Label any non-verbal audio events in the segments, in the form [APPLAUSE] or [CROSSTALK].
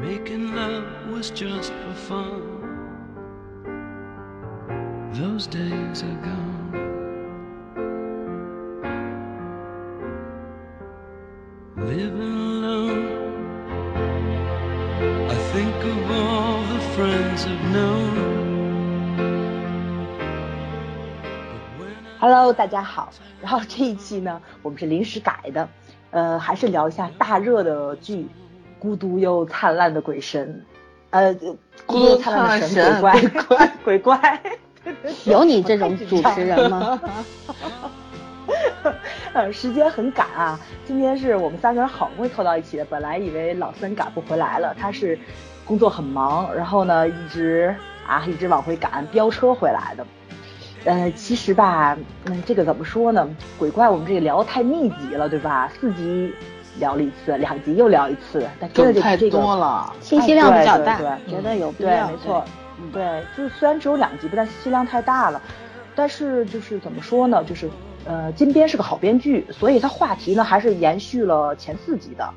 Making love was just for fun. Those days are gone. Living alone, I think of all the friends I've known. But when I- Hello，大家好。然后这一期呢，我们是临时改的，呃，还是聊一下大热的剧《孤独又灿烂的鬼神》，呃，《孤独又灿烂的神》鬼怪 [LAUGHS] 鬼怪鬼怪，有你 [LAUGHS] 这种主持人吗？呃，时间很赶啊，今天是我们三个人好不容易凑到一起的，本来以为老三赶不回来了，他是工作很忙，然后呢一直啊一直往回赶，飙车回来的。呃，其实吧，嗯，这个怎么说呢？鬼怪我们这个聊得太密集了，对吧？四集聊了一次，两集又聊一次，但真的这太这个多了，信息量比较哎大对对，对觉得有必对，要。没错，对，就是虽然只有两集吧，但信息量太大了。但是就是怎么说呢，就是呃，金边是个好编剧，所以他话题呢还是延续了前四集的。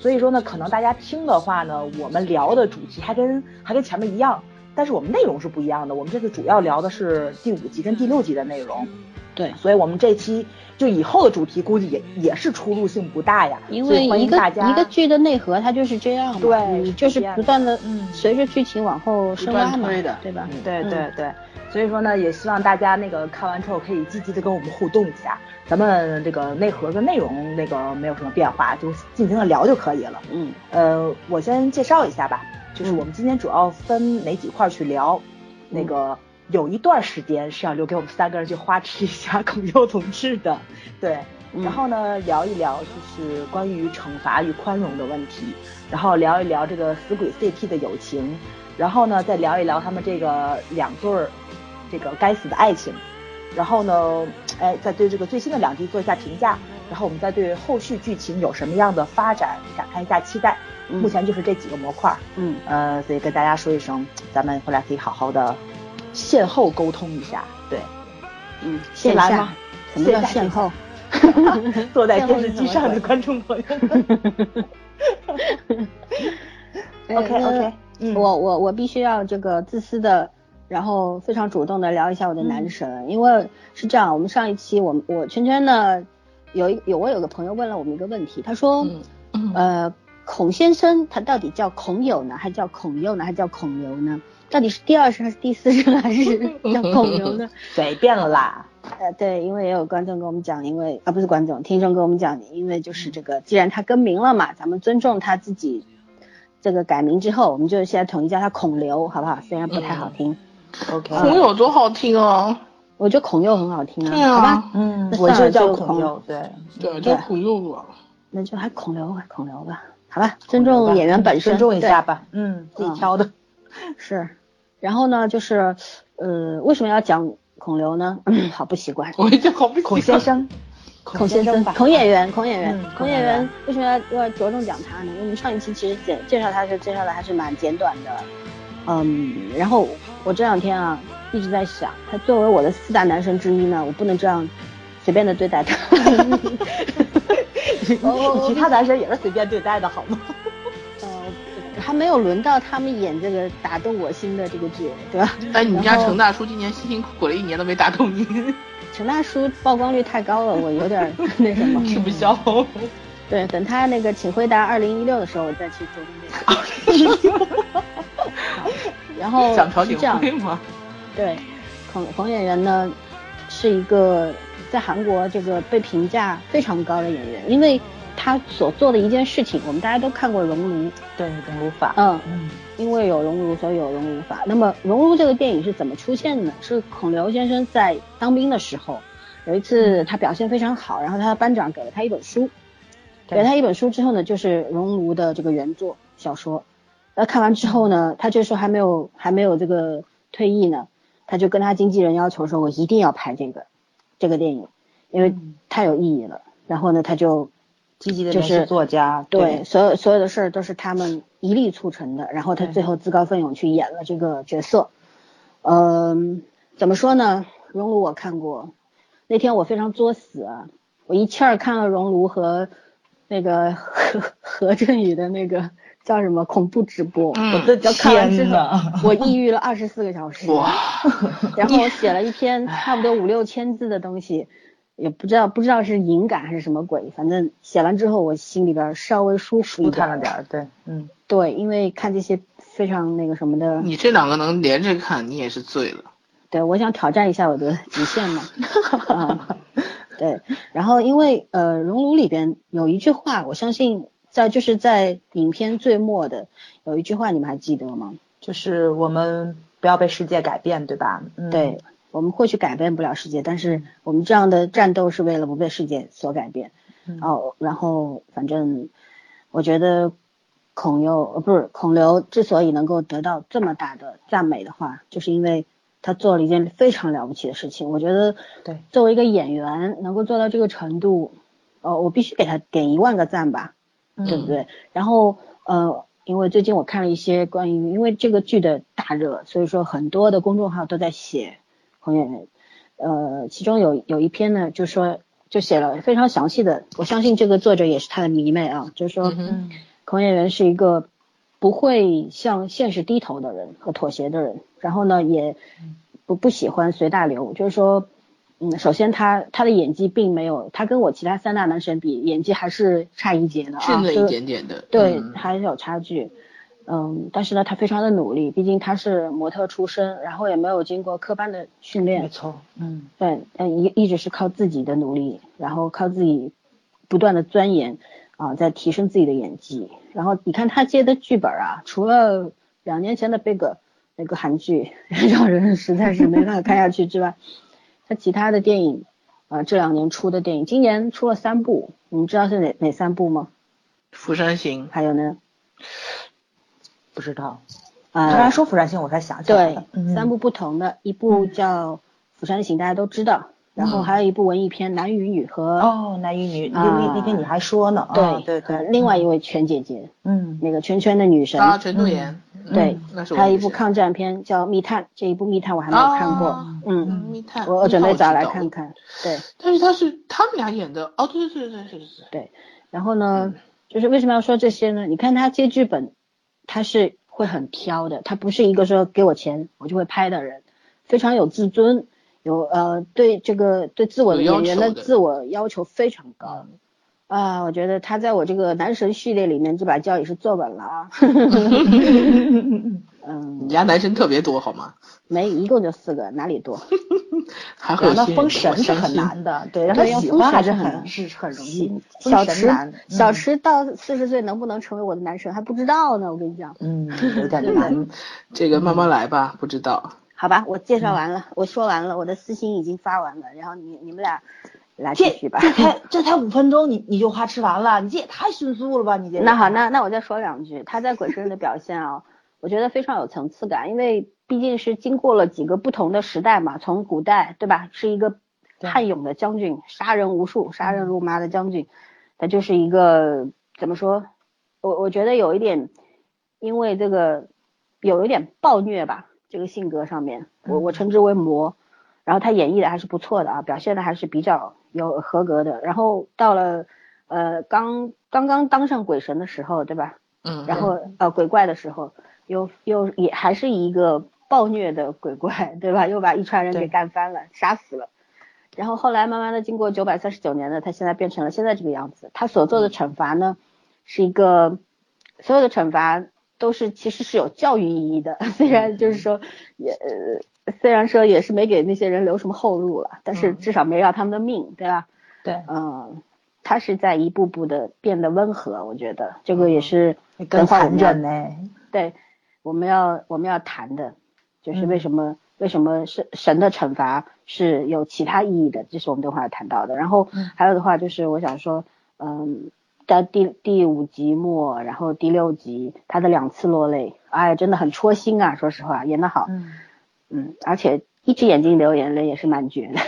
所以说呢，可能大家听的话呢，我们聊的主题还跟还跟前面一样，但是我们内容是不一样的。我们这次主要聊的是第五集跟第六集的内容，对，所以我们这期就以后的主题估计也也是出入性不大呀。 [LAUGHS] 因所为以欢一迎个大家一个剧的内核它就是这样嘛，对你就是是这样的不断的嗯随着剧情往后深挖不断嘛推的，对吧？对嗯对对，所以说呢，也希望大家那个看完之后可以积极的跟我们互动一下，咱们这个内核跟内容那个没有什么变化，就尽情的聊就可以了。嗯，呃，我先介绍一下吧，就是我们今天主要分哪几块儿去聊，那个有一段时间是要留给我们三个人去花痴一下 [LAUGHS] 孔佑同志的，对。嗯然后呢，聊一聊就是关于惩罚与宽容的问题，然后聊一聊这个死鬼 CP 的友情，然后呢，再聊一聊他们这个呃两对儿这个该死的爱情，然后呢，哎，再对这个最新的两集做一下评价，嗯然后我们再对后续剧情有什么样的发展展开一下期待。嗯目前就是这几个模块儿，嗯，呃，所以跟大家说一声，咱们回来可以好好的线后沟通一下，对，嗯，先线来下吗什么叫线下线后？ [LAUGHS] 坐在电视机上的观众朋 [LAUGHS] 友们，OK 呃 OK，嗯，我我我必须要这个自私的，然后非常主动的聊一下我的男神，因为是这样，我们上一期我们我圈圈呢有一有我有个朋友问了我们一个问题，他说，呃，孔先生他到底叫孔友呢，还叫孔佑呢，还叫孔游呢？到底是第二声还是第四声还是叫孔游呢？ [LAUGHS] 随便了啦，呃，对，因为也有观众跟我们讲，因为啊不是观众，听众跟我们讲，因为就是这个，既然他更名了嘛，咱们尊重他自己这个改名之后，我们就现在统一叫他孔刘，好不好？虽然不太好听， OK 孔友多好听哦，我觉得孔佑很好听啊，对啊好吧，嗯那，我算就了叫就孔孔佑，对，对，叫孔佑啊，那就还孔刘吧，孔刘吧，好吧，尊重演员本身，尊重一对下吧，嗯，自己嗯挑的，是。然后呢，就是呃，为什么要讲孔刘呢？ [COUGHS] 好不习惯。 [LAUGHS] 我也叫好不啊孔先生，孔先生吧，孔演员，孔演员，嗯孔孔演演员员，为什么要要着重讲他呢？因为我们上一期其实介介绍他是介绍的还是蛮简短的，嗯，然后我这两天啊一直在想，他作为我的四大男神之一呢，我不能这样随便的对 [LAUGHS] 待他。哦你 [LAUGHS] 其他男生也是随便对待的好吗？ [LAUGHS] 呃，还没有轮到他们演这个打动我心的这个剧，对吧？哎，你们家然后程大叔今年辛辛苦苦了一年都没打动你，陈大叔曝光率太高了，我有点儿那什么。吃不消。对，等他那个《请回答二零一六》的时候，我再去着重这个。然后想朴是槿这样，惠吗？对，孔孔演员呢是一个在韩国这个被评价非常高的演员，因为他所做的一件事情，我们大家都看过《熔炉》，对，跟无法，嗯，嗯因为有《熔炉》，所以有《熔炉法》。那么《熔炉》这个电影是怎么出现的？是孔刘先生在当兵的时候，有一次他表现非常好，然后他的班长给了他一本书，给对了他一本书之后呢，就是《熔炉》的这个原作小说。那看完之后呢，他这时候还没有还没有这个退役呢，他就跟他经纪人要求说，我一定要拍这个这个电影，因为太有意义了。然后呢，他就积极的就联系是作家，啊对，所有所有的事儿都是他们一力促成的，然后他对最后自告奋勇去演了这个角色。嗯、怎么说呢？《熔炉》我看过，那天我非常作死啊，我一气儿看了《熔炉》和那个 [LAUGHS] 何何振宇的那个叫什么恐怖直播，我嗯，的然后看完之天后 [LAUGHS] 呐， [LAUGHS] 我抑郁了二十四个小时，哇， [LAUGHS] 然后我写了一篇差不多五六千字的东西，也不知道不知道是灵感还是什么鬼，反正写完之后我心里边稍微舒服一舒点坦了点儿，对，嗯，对，因为看这些非常那个什么的，你这两个能连着看，你也是醉了。对我想挑战一下我的极限 [LAUGHS] 嘛。啊、对，然后因为呃，《熔炉》里边有一句话，我相信在就是在影片最末的有一句话，你们还记得吗？就是我们不要被世界改变，对吧？嗯，对，我们或许改变不了世界，但是我们这样的战斗是为了不被世界所改变。嗯哦，然后反正我觉得孔侑呃不是孔刘之所以能够得到这么大的赞美的话，就是因为他做了一件非常了不起的事情。我觉得对，作为一个演员能够做到这个程度，呃，我必须给他点一万个赞吧。对嗯，不对？然后呃，因为最近我看了一些关于，因为这个剧的大热，所以说很多的公众号都在写红演员。呃，其中有有一篇呢，就说就写了非常详细的，我相信这个作者也是他的迷妹啊，就是说嗯哼，嗯孔演员是一个不会向现实低头的人和妥协的人，然后呢也嗯不不喜欢随大流，就是说，嗯，首先他他的演技并没有，他跟我其他三大男神比，演技还是差一截的啊，是那就一点点的。对嗯，还是有差距。嗯，但是呢，他非常的努力，毕竟他是模特出身，然后也没有经过科班的训没练，错，嗯对，嗯，一一直是靠自己的努力，然后靠自己不断的钻研啊、在提升自己的演技。然后你看他接的剧本啊，除了两年前的 Big 那个韩剧， [LAUGHS] 让人实在是没办法看下去之外，他其他的电影啊、这两年出的电影，今年出了三部，你们知道是哪哪三部吗？釜山行，还有呢？不知道，啊、突然说釜山行，我才想起来对了，，嗯三部不同的，一部叫《釜山行》，大家都知道，然后还有一部文艺片《男与女》和哦，男与女，啊因为那天你还说呢，啊对和对，另外一位全姐姐，嗯那个圈圈的女神，啊，陈度妍，嗯对，那是我还有一女部神抗战片叫《密探》，这一部《密探》我还没有看过，啊嗯，嗯密探，我我准备找来密看看，探我知道。对。但是他是他们俩演的，哦，对对对对对对对，然后呢，就是为什么要说这些呢？你看他接剧本，他是会很挑的，他不是一个说给我钱我就会拍的人，非常有自尊，有呃对这个对自我的有要演员求的的自我要求非常高。啊，我觉得他在我这个男神序列里面，这把交椅是坐稳了啊。 [LAUGHS] 嗯你，家男生特别多好吗？没，一共就四个，哪里多？还会有让他封新人的神是很，难的，对，让他对要喜封欢神还是很很难是很容易，封小神池难，小嗯，池到四十岁能不能成为我的男神还不知道呢，我跟你讲。嗯， [LAUGHS] 有点难，我相信这个慢慢来吧，不知道。好吧，我介绍完了，我说完了，我的私信已经发完了，然后你你们俩来继续吧。这 [LAUGHS] 才这才五分钟，你你就花吃完了，你这也太迅速了吧，你这那好，那那我再说两句，他在《鬼神》的表现啊、我觉得非常有层次感，因为毕竟是经过了几个不同的时代嘛，从古代对吧，是一个对悍勇的将军，杀人无数、杀人如麻的将军，他就是一个怎么说？我我觉得有一点，因为这个有一点暴虐吧，这个性格上面，我我称之为魔。然后他演绎的还是不错的啊，表现的还是比较有合格的。然后到了呃刚刚刚当上鬼神的时候，对吧？嗯，然后呃鬼怪的时候，又又也还是一个暴虐的鬼怪，对吧？又把一船人对给干翻了，杀死了。然后后来慢慢的，经过九百三十九年呢，他现在变成了现在这个样子。他所做嗯的惩罚呢，是一个所有的惩罚都是其实是有教育意义的， [LAUGHS] 虽然嗯就是说也呃虽然说也是没给那些人留什么后路了，但是嗯至少没要他们的命，对吧？对，嗯，他是在一步步的变得温和，我觉得这个也是嗯更等会儿我残们要忍呢，对，我们要我们要谈的，就是嗯为什么、为什么是神的惩罚是有其他意义的，这是我们等会儿要谈到的。然后嗯还有的话就是我想说，嗯，在第第五集末，然后第六集他的两次落泪，哎，真的很戳心啊！说实话，演得好，嗯，嗯，而且一只眼睛流眼泪也是蛮绝的。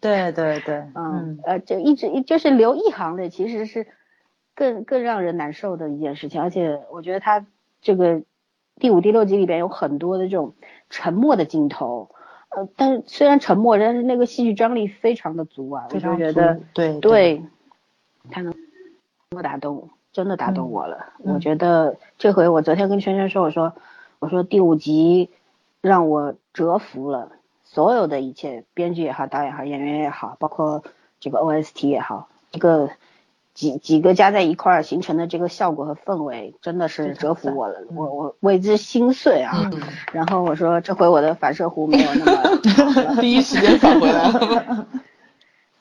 对对对，嗯嗯，，呃，就一直就是留一行泪，其实是更更让人难受的一件事情。而且我觉得他这个第五、第六集里边有很多的这种沉默的镜头，呃，但是虽然沉默，但是那个戏剧张力非常的足啊，非我常就觉得足对，对，他能真的打动我，真的打动我了。我觉得这回我昨天跟圈圈说，我说我说第五集让我折服了，所有的一切，编剧也好，导演也好，演员也好，包括这个 OST 也好，一个几几个加在一块儿形成的这个效果和氛围，真的是折服我了，我我为之心碎啊。嗯然后我说这回我的反射弧没有那么。 [LAUGHS] 第一时间返回来了。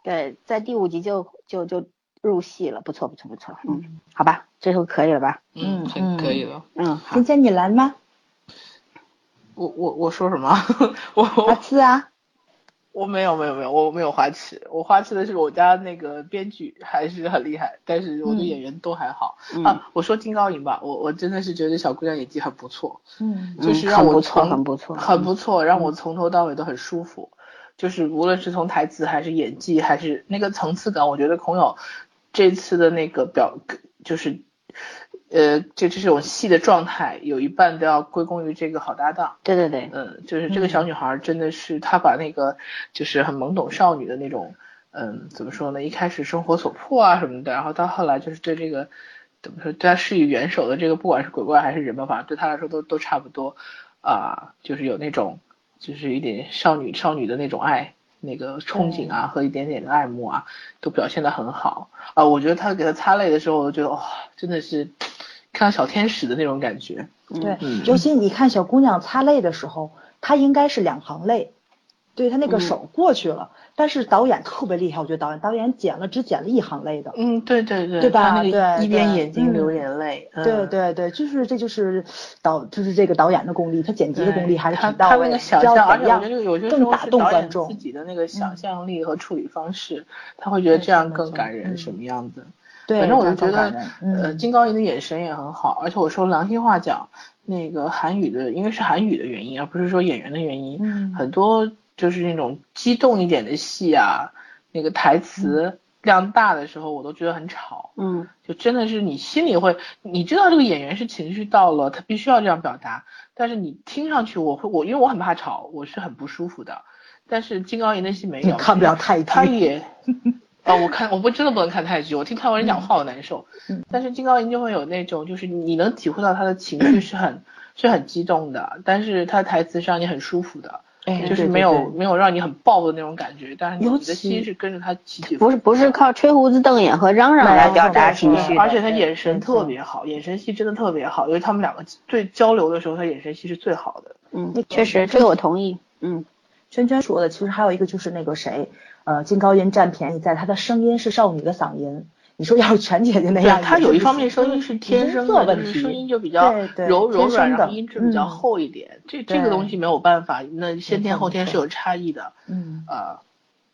对，在第五集就就就入戏了，不错不错不错，嗯，好吧，这回可以了吧？ [LAUGHS] 嗯，很可以了。嗯，好今，天你来吗？我我我说什么？ [LAUGHS] 我阿我次啊，我没有没有没有，我没有花痴，我花痴的是我家那个编剧还是很厉害，但是我对演员都还好、嗯啊。我说金高银吧，我我真的是觉得小姑娘演技很不错，嗯就是嗯让很我不错，从很不错，嗯很不错，让我从头到尾都很舒服。就是无论是从台词还是演技，还是那个层次感，我觉得孔友这次的那个表，就是呃，就这种戏的状态，有一半都要归功于这个好搭档。对对对，嗯，就是这个小女孩儿真的是，她把那个就是很懵懂少女的那种，嗯，怎么说呢？一开始生活所迫啊什么的，然后到后来就是对这个怎么说，对她施以援手的这个，不管是鬼怪还是人吧，反正对她来说都都差不多啊、就是有那种就是一点少女少女的那种爱。那个憧憬啊和一点点的爱慕啊，都表现得很好啊！我觉得她给她擦泪的时候，我就觉得哇、真的是看到小天使的那种感觉。对嗯，尤其你看小姑娘擦泪的时候，她应该是两行泪，对她那嗯个手过去了，但是导演特别厉害，我觉得导演导演剪了只剪了一行泪的。嗯，对对对，对吧他那个对一边对眼睛流嗯眼泪，嗯对对对，就是这就是导就是这个导演的功力，他剪辑的功力还是他挺到他位那的。个想知道象，而且怎我觉样得这个有些时更候打是动导观演众嗯自。己的那个想象力和处理方式，他会觉得对这样没更错感人嗯什么样子。对，反正我就觉这样更得感人，呃，嗯，金高银的眼神也很好，而且我说良心话讲，那个韩语的，因为是韩语的原因，而不是说演员的原因，嗯很多就是那种激动一点的戏啊，那个台嗯词量大的时候，我都觉得很吵。嗯，就真的是你心里会，你知道这个演员是情绪到了，他必须要这样表达，但是你听上去我会我因为我很怕吵，我是很不舒服的。但是金高银那戏没你有，看不了太剧他也 [LAUGHS] 啊、我看我不真的不能看泰剧，我听泰国人讲话我难受。嗯但是金高银就会有那种，就是你能体会到他的情绪是 [CLEARS THROAT] 很是很激动的，但是他台词是让你很舒服的，哎就是对没对有对没有让你很爆的那种感觉，但是你尤你的其心是跟着他起起伏伏不的。是不是靠吹胡子瞪眼和嚷嚷来表达情绪对的，而且他眼神没特错别好，眼神戏真的特别好，因为他们两个对交流的时候，他眼神戏是最好的。嗯，确实这个我同意，嗯，圈圈说的，其实还有一个就是那个谁，呃，金高银占便宜在她的声音是少女的嗓音。你说要是全姐姐那样，他也有是一不方面行声音哎是天生音色的，就问是题声音就比较对对柔柔天生软，然后的音质比较嗯厚一点。这这个对东西没有办法，那先没天错后没天是错有差异的。嗯，呃，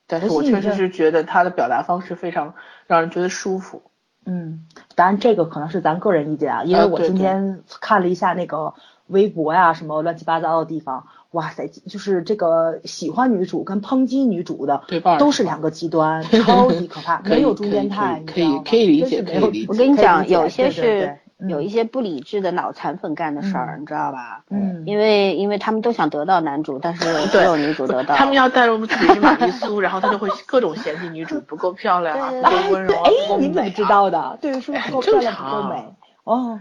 但可是我是你确实这是觉得他的表达方式非常让人觉得舒服。嗯，当然这个可能是咱个人意见啊，因为啊我对今对天看了一下那个微博呀、什么乱七八糟的地方，哇塞，就是这个喜欢女主跟抨击女主的，对半儿都是两个极 [LAUGHS] 端，超级可怕，啊可没以有可中以间可以态，你可知以道吗可以理真解是可没以有理中我跟你嗯可以讲，理解有些对对是对嗯有一些不理智的脑残粉干的事儿，你知道吧？嗯因为因为他们都想得到男主，但是只有女主得到，他们要带入自己是玛丽 [LAUGHS] 苏，然后他就会各种嫌弃女主不够漂亮啊，对不对够温柔啊哎，，不够你怎么美知啊。道的？对，是不是哎够正漂亮不够常美？哦，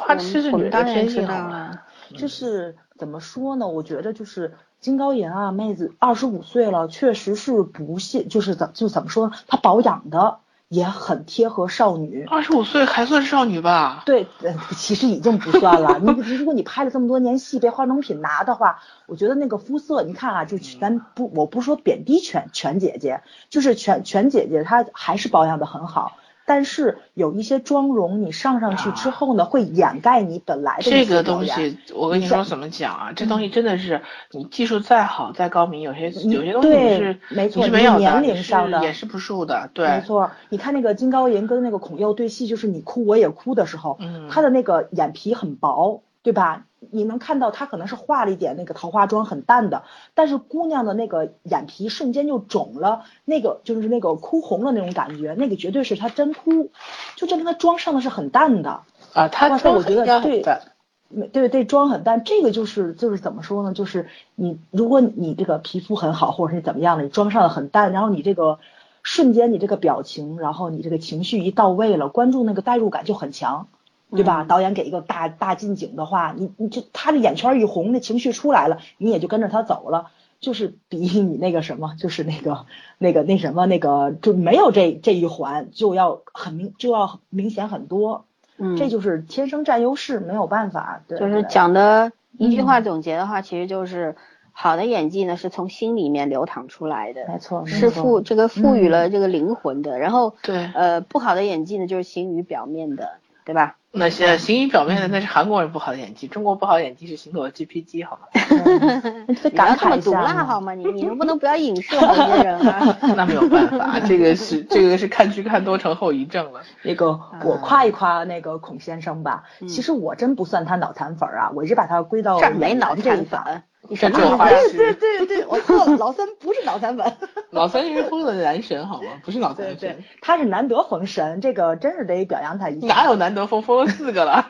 花痴是我们女的当然天知性道好啊吗？。就是怎么说呢？我觉得就是金高银啊，妹子二十五岁了，确实是不屑，就是怎就怎么说呢？她保养的也很贴合少女。二十五岁还算少女吧？对，呃其实已经不算了。你如果你拍了这么多年戏，被化妆品拿的话，我觉得那个肤色，你看啊，就嗯咱不，我不是说贬低全全姐姐，就是全全姐姐她还是保养的很好，但是有一些妆容你上上去之后呢，会掩盖你本来的一啊些这个表东演西，我跟你你说像怎么讲啊？嗯这东西真的是你技术再好再高明，有些你有些东西嗯你对是没你错是没有你的，年你龄上是的掩饰不住的，对，没错，你看那个金高银跟那个孔侑对戏，就是你哭我也哭的时候，嗯他的那个眼皮很薄，对吧？你能看到他可能是化了一点那个桃花妆，很淡的，但是姑娘的那个眼皮瞬间就肿了，那个就是那个哭红了那种感觉，那个绝对是她真哭，就证明她妆上的是很淡的。啊，他哇塞妆我觉应得该对很淡，没对对，妆很淡，这个就是就是怎么说呢？就是你如果你这个皮肤很好，或者是怎么样的，你妆上的很淡，然后你这个瞬间你这个表情，然后你这个情绪一到位了，观众那个代入感就很强，对吧？嗯导演给一个大大近景的话，你你就他的眼圈一红，那情绪出来了，你也就跟着他走了。就是比你那个什么，就是那个那个那什么那个就没有这这一环，就要很明就要明显很多，嗯，这就是天生占优势，没有办法。对，就是对讲的一句嗯话总结的话，其实就是好的演技呢是从心里面流淌出来的，没错，嗯是赋这个赋予了这个灵魂的。然后对呃，不好的演技呢就是行于表面的，对吧？那些形影表面的那是韩国人不好的演技，中国不好的演技是行走的 GPG 好吗？ [LAUGHS] 嗯得你不感要这么慨一毒下辣嘛好吗？你你能不能不要影射我们的人 [LAUGHS] 啊？那没有办法，这个是这个是看剧看多成后遗症了。那个，我夸一夸那个孔先生吧。嗯其实我真不算他脑残粉儿啊，我一直把他归到这儿没脑这一残方。粉，你这什么种意话思？是对对，我错了，老三不是脑残粉， [LAUGHS] 老三是疯了的男神好吗？不是脑残对神，对，他是难得封神，这个真是得表扬他一下。哪有难得疯疯了四个了？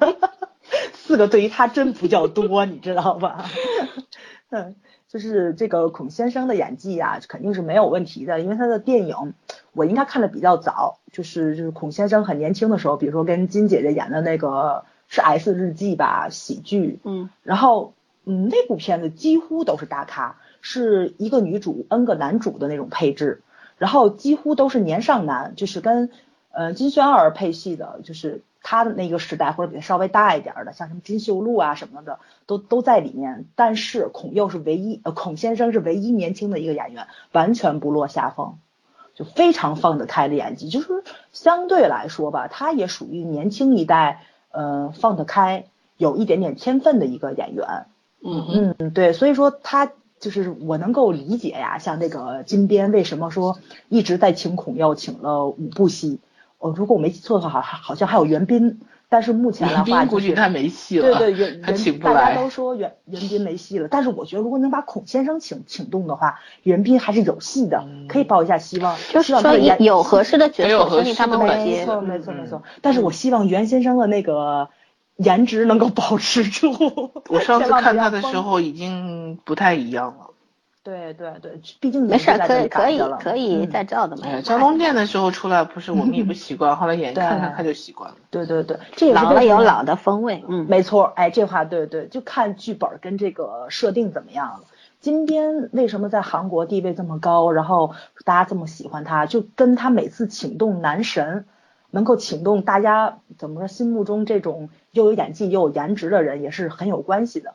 [LAUGHS] 四个对于他真不叫多，你知道吧？嗯，就是这个孔先生的演技啊，肯定是没有问题的，因为他的电影我应该看的比较早，就是就是孔先生很年轻的时候，比如说跟金姐姐演的那个是《S 日记》吧，喜剧，嗯然后嗯那部片子几乎都是大咖，是一个女主 n 个男主的那种配置，然后几乎都是年上男，就是跟呃金宣儿配戏的，就是他的那个时代或者比他稍微大一点儿的，像什么金秀禄啊什么的，都都在里面。但是孔佑是唯一，呃孔先生是唯一年轻的一个演员，完全不落下风。就非常放得开的演技，就是相对来说吧，他也属于年轻一代，呃，放得开，有一点点天分的一个演员。嗯， [LAUGHS] 嗯，对，所以说他就是我能够理解呀，像那个金边为什么说一直在请孔佑，请了五部戏，哦，如果我没记错的话，好好像还有袁彬，但是目前的袁话、彬就估是计他没戏对了，对，袁他请袁不大家来都。说袁袁彬没戏了，但是我觉得如果能把孔先生请请动的话，袁彬还是有戏的，嗯可以抱一下希望，就是希望说可以演有有合适的角没有色，合所适以他们的会没接。错，嗯没错，没嗯错。但是我希望袁先生的那个颜值能够保持住。 [LAUGHS] [LAUGHS] 我上次千万不看要他的崩时，候已经不太一样了。对对对，毕竟没事儿，可以可以可以。以嗯再照的嘛。哎，张东健的时候出来不是我们也不 [LAUGHS] 习惯，后来演对看看他就习惯了。对对对，这也是哎老为了什有么老的风味，嗯，没错，哎，这话对对，就看剧本跟这个设定怎么样了。金边为什么在韩国地位这么高，然后大家这么喜欢他，就跟他每次请动男神，能够请动大家怎么说心目中这种又有演技又有颜值的人，也是很有关系的。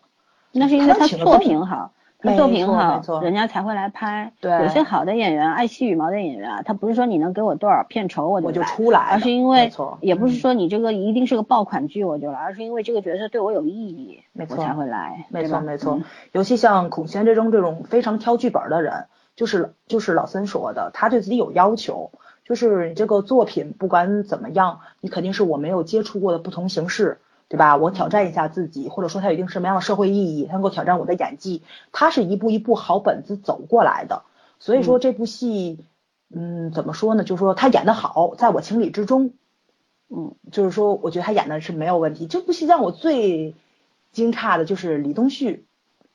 那是因为他作品好，他没作品错好没，错人家才会来拍。对有些好的演员，爱惜羽毛的演员啊，他不是说你能给我多少片酬我我就来，出来了，而是因没为错，也不是嗯说你这个一定是个爆款剧我就来，而是因为这个角色对我有意义，没我错才会来。没对错吧没错嗯，尤其像孔宣这种这种非常挑剧本的人，就是就是老森说的，他对自己有要求，就是你这个作品不管怎么样，你肯定是我没有接触过的不同形式，对吧？我挑战一下自己，或者说它有一定什么样的社会意义，它能够挑战我的演技，他是一步一步好本子走过来的，所以说这部戏，嗯，怎么说呢？就是说他演得好，在我情理之中，嗯，就是说，我觉得他演的是没有问题。这部戏让我最惊诧的就是李东旭，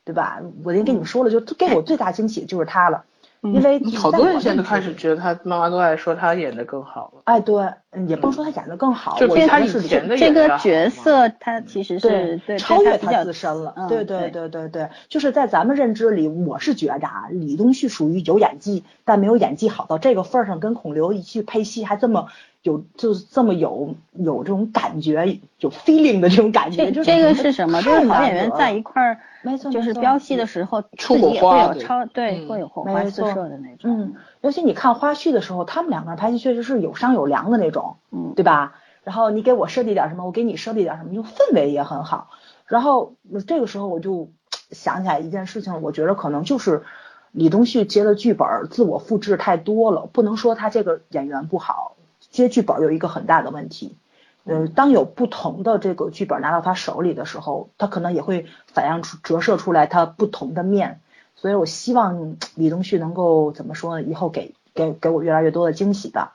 对吧？我已经跟嗯你们说了，就给我最大惊喜就是他了，因为好多人嗯现在在开始觉得他妈妈都爱说他演的更好了，哎，对，嗯也不能说他演的更好，就我比觉他得以是李前的这演员啊个好角吗色他其实是对超越他比较自身了。嗯对对对对对，就是在咱们认知里，我是觉着啊，李东旭属于有演技，但没有演技好到这个份儿上，跟孔刘一去配戏还这么有，就是这么有有这种感觉，有 feeling 的这种感觉。这就是这个是什么？就太是好难演员得在了一块儿，没错，就是没错飙戏的时候，出自己火也花会有对超对，嗯会有火嗯没花四错射的那种。嗯，尤其你看花絮的时候，他们两个人拍戏确实是有商有量的那种，嗯对吧？然后你给我设计点什么，我给你设计点什么，就氛围也很好。然后我这个时候我就想起来一件事情，我觉得可能就是李东旭接的剧本儿自我复制太多了，不能说他这个演员不好，接剧本儿有一个很大的问题。呃，当有不同的这个剧本拿到他手里的时候，他可能也会反映出、折射出来他不同的面。所以我希望李东旭能够怎么说呢？以后给给给我越来越多的惊喜吧。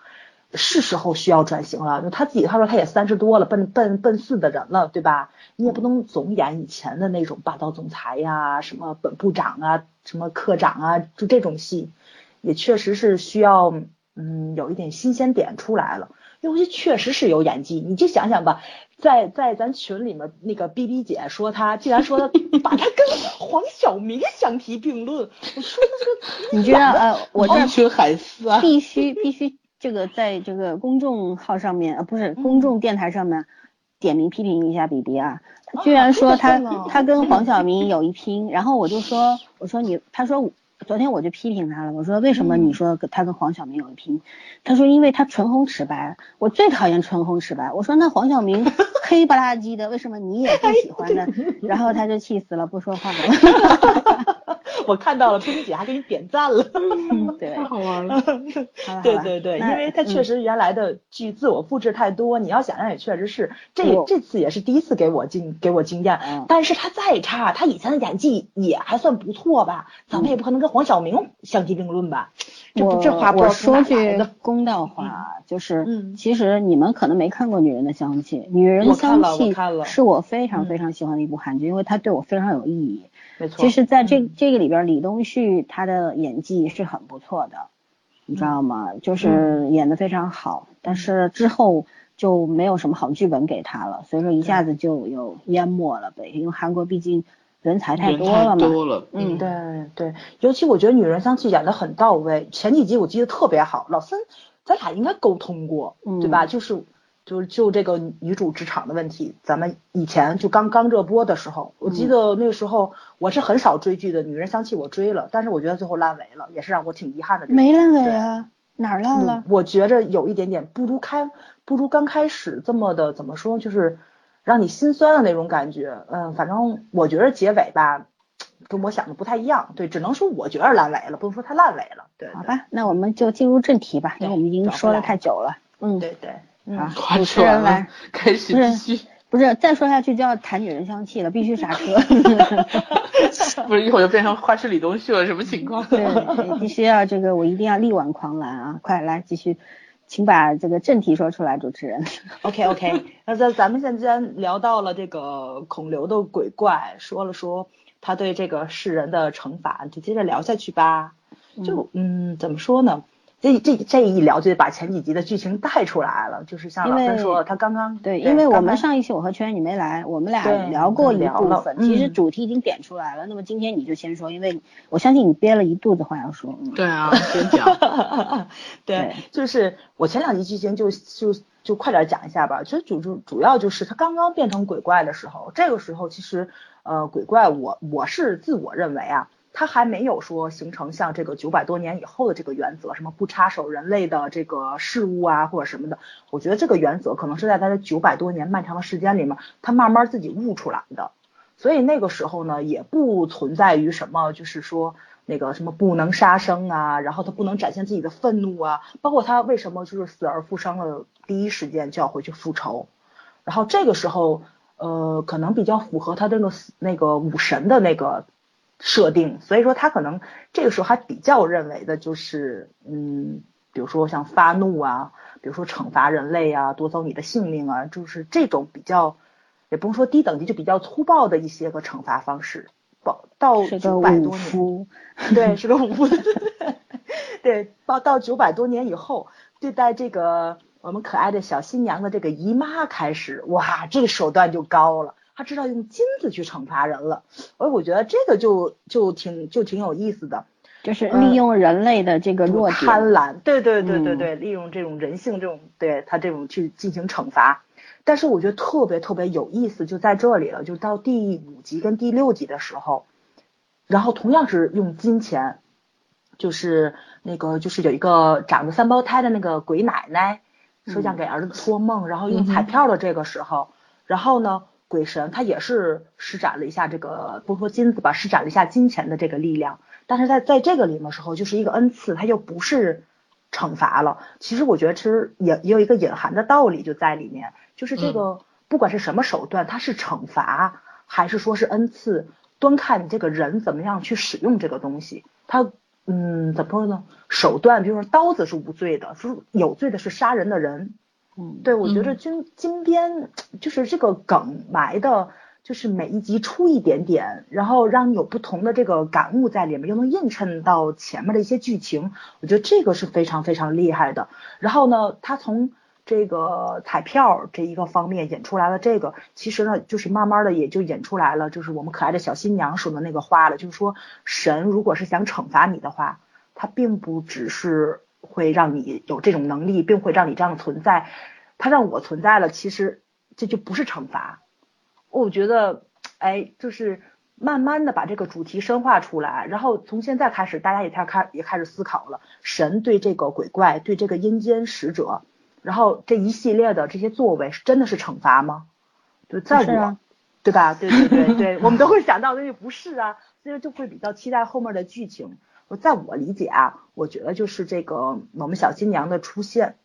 是时候需要转型了。就他自己，他说他也三十多了，奔奔奔四的人了，对吧？你也不能总演以前的那种霸道总裁呀、什么本部长啊、什么科长啊，就这种戏。也确实是需要，嗯，有一点新鲜点出来了。因为这确实是有演技，你就想想吧，在在咱群里面那个 B B 姐说她，竟然说把她跟黄晓明相提并论，我说你知道呃， [LAUGHS] 我哦这一儿群海丝啊，必须必须这个在这个公众号上面，呃，不是嗯公众电台上面点名批评一下比比啊，哦他居然说他、这个呢他跟黄晓明有一拼，然后我就说我说你，他说我昨天我就批评他了，我说为什么嗯你说跟他跟黄晓明有一拼？他说因为他唇红齿白，我最讨厌唇红齿白，我说那黄晓明 [LAUGHS] 黑不拉几的，为什么你也不喜欢呢？然后他就气死了，不说 [LAUGHS] 话了。我看到了 B B 姐还给你点赞了。嗯，对，好好玩了。了 [LAUGHS] 对好了对对，因那为他确嗯实原来的剧自我复制太多，你要想想也确实是，这我这次也是第一次给我经给我经验。嗯但是他再差，他以前的演技也还算不错吧，咱们也不可能跟黄晓明相提并论吧？这不我这话不知我道从哪说来句的。公道话啊，就是、嗯其实你们可能没看过《女人的香气》，《女人的我看香了我气看了》是我非常嗯非常喜欢的一部韩剧，因为它对我非常有意义。没错，其实，在这、嗯这个里边，李东旭他的演技是很不错的，你嗯知道吗？就是演的非常好，但是之后就没有什么好剧本给他了，所以说一下子就有淹没了呗。因为韩国毕竟人才太人多了嘛，太多了，嗯对对，尤其我觉得女人香气演的很到位，前几集我记得特别好。老森，咱俩应该沟通过，对嗯吧？就是就是就这个女主职场的问题，咱们以前就刚刚热播的时候，我嗯记得那个时候我是很少追剧的，女人香气》我追了，但是我觉得最后烂尾了，也是让我挺遗憾的这个。没烂尾啊，哪儿烂了嗯？我觉着有一点点不如开不如刚开始这么的怎么说，就是让你心酸的那种感觉。嗯，反正我觉着结尾吧，跟我想的不太一样。对，只能说我觉着烂尾了，不能说它烂尾了。对，好吧，那我们就进入正题吧，对因为我们已经转回说了来太久了。嗯，对，对对，啊，夸主持吃人完来了，，开始继续，不是再说下去就要谈女人香气了，必须刹 [LAUGHS] 车。 [LAUGHS] 不是一会儿就变成夸吃李东旭了，什么情况？对，必须要这个，我一定要力挽狂澜啊！快来继续，请把这个正题说出来，主持人。 [LAUGHS] OK OK，那咱咱们现在聊到了这个孔刘的鬼怪，说了说他对这个世人的惩罚，就接着聊下去吧。就嗯怎么说呢？这这这一聊就把前几集的剧情带出来了，就是像老因三为说的，他刚刚对，因为我刚刚们上一期我和圈你没来，我们对俩聊过一聊部了分，其实嗯主题已经点出来了。那么今天你就先说，因为我相信你憋了一肚子话要说。嗯 [LAUGHS] 对啊，先讲。 [LAUGHS] 对对，就是我前两集剧情就就就快点讲一下吧。其实主主主要就是他刚刚变成鬼怪的时候，这个时候其实呃鬼怪我我是自我认为啊，他还没有说形成像这个九百多年以后的这个原则，什么不插手人类的这个事物啊或者什么的。我觉得这个原则可能是在他的九百多年漫长的时间里面，他慢慢自己悟出来的。所以那个时候呢，也不存在于什么，就是说那个什么不能杀生啊，然后他不能展现自己的愤怒啊，包括他为什么就是死而复生了，第一时间就要回去复仇。然后这个时候，呃，可能比较符合他这个死那个武神的那个设定，所以说他可能这个时候还比较认为的就是，嗯，比如说像发怒啊，比如说惩罚人类啊，夺走你的性命啊，就是这种比较，也不用说低等级，就比较粗暴的一些个惩罚方式。到到是个九百武多年，夫，对，是个武夫。对，到到九百多年以后，对待这个我们可爱的小新娘的这个姨妈开始，哇，这个手段就高了，她知道用金子去惩罚人了。哎，我觉得这个就就挺就挺有意思的，就是嗯利用人类的这个弱点。贪婪，对对对对嗯对，利用这种人性这种对他这种去进行惩罚。但是我觉得特别特别有意思，就在这里了，就到第五集跟第六集的时候，然后同样是用金钱，就是那个就是有一个长着三胞胎的那个鬼奶奶，说嗯想给儿子托梦，然后用彩票的这个时候，然后呢，鬼神他也是施展了一下这个不说金子吧，施展了一下金钱的这个力量，但是在在这个里面的时候，就是一个恩赐，它又不是惩罚了。其实我觉得其实也也有一个隐含的道理就在里面，就是这个不管是什么手段，它是惩罚还是说是恩赐，端看你这个人怎么样去使用这个东西。它嗯怎么说呢？手段，比如说刀子是无罪的，是有罪的是杀人的人，嗯，对，我觉得金金边就是这个梗埋的就是每一集出一点点，然后让你有不同的这个感悟在里面，又能映衬到前面的一些剧情，我觉得这个是非常非常厉害的。然后呢，他从这个彩票这一个方面演出来了这个，其实呢，就是慢慢的也就演出来了，就是我们可爱的小新娘说的那个话了，就是说神如果是想惩罚你的话，他并不只是会让你有这种能力，并会让你这样存在，他让我存在了，其实这就不是惩罚。我觉得，哎，就是慢慢的把这个主题深化出来，然后从现在开始，大家也开开也开始思考了，神对这个鬼怪，对这个阴间使者，然后这一系列的这些作为，是真的是惩罚吗？对，在是我，啊对吧？对对对对，我们都会想到，但是不是啊？所以就会比较期待后面的剧情。我在我理解啊，我觉得就是这个我们小新娘的出现，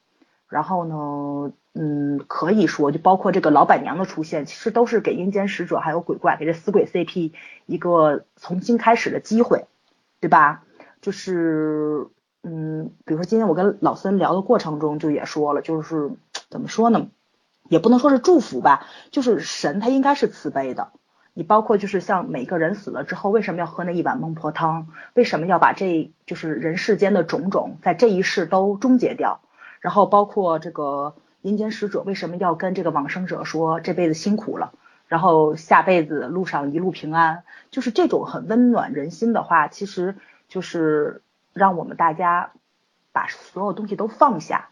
然后呢，嗯，可以说就包括这个老板娘的出现，其实都是给阴间使者还有鬼怪给这死鬼 CP 一个重新开始的机会，对吧？就是嗯，比如说今天我跟老森聊的过程中就也说了，就是怎么说呢，也不能说是祝福吧，就是神他应该是慈悲的。你包括就是像每个人死了之后，为什么要喝那一碗孟婆汤？为什么要把这就是人世间的种种在这一世都终结掉？然后包括这个阴间使者为什么要跟这个往生者说这辈子辛苦了，然后下辈子路上一路平安，就是这种很温暖人心的话，其实就是让我们大家把所有东西都放下，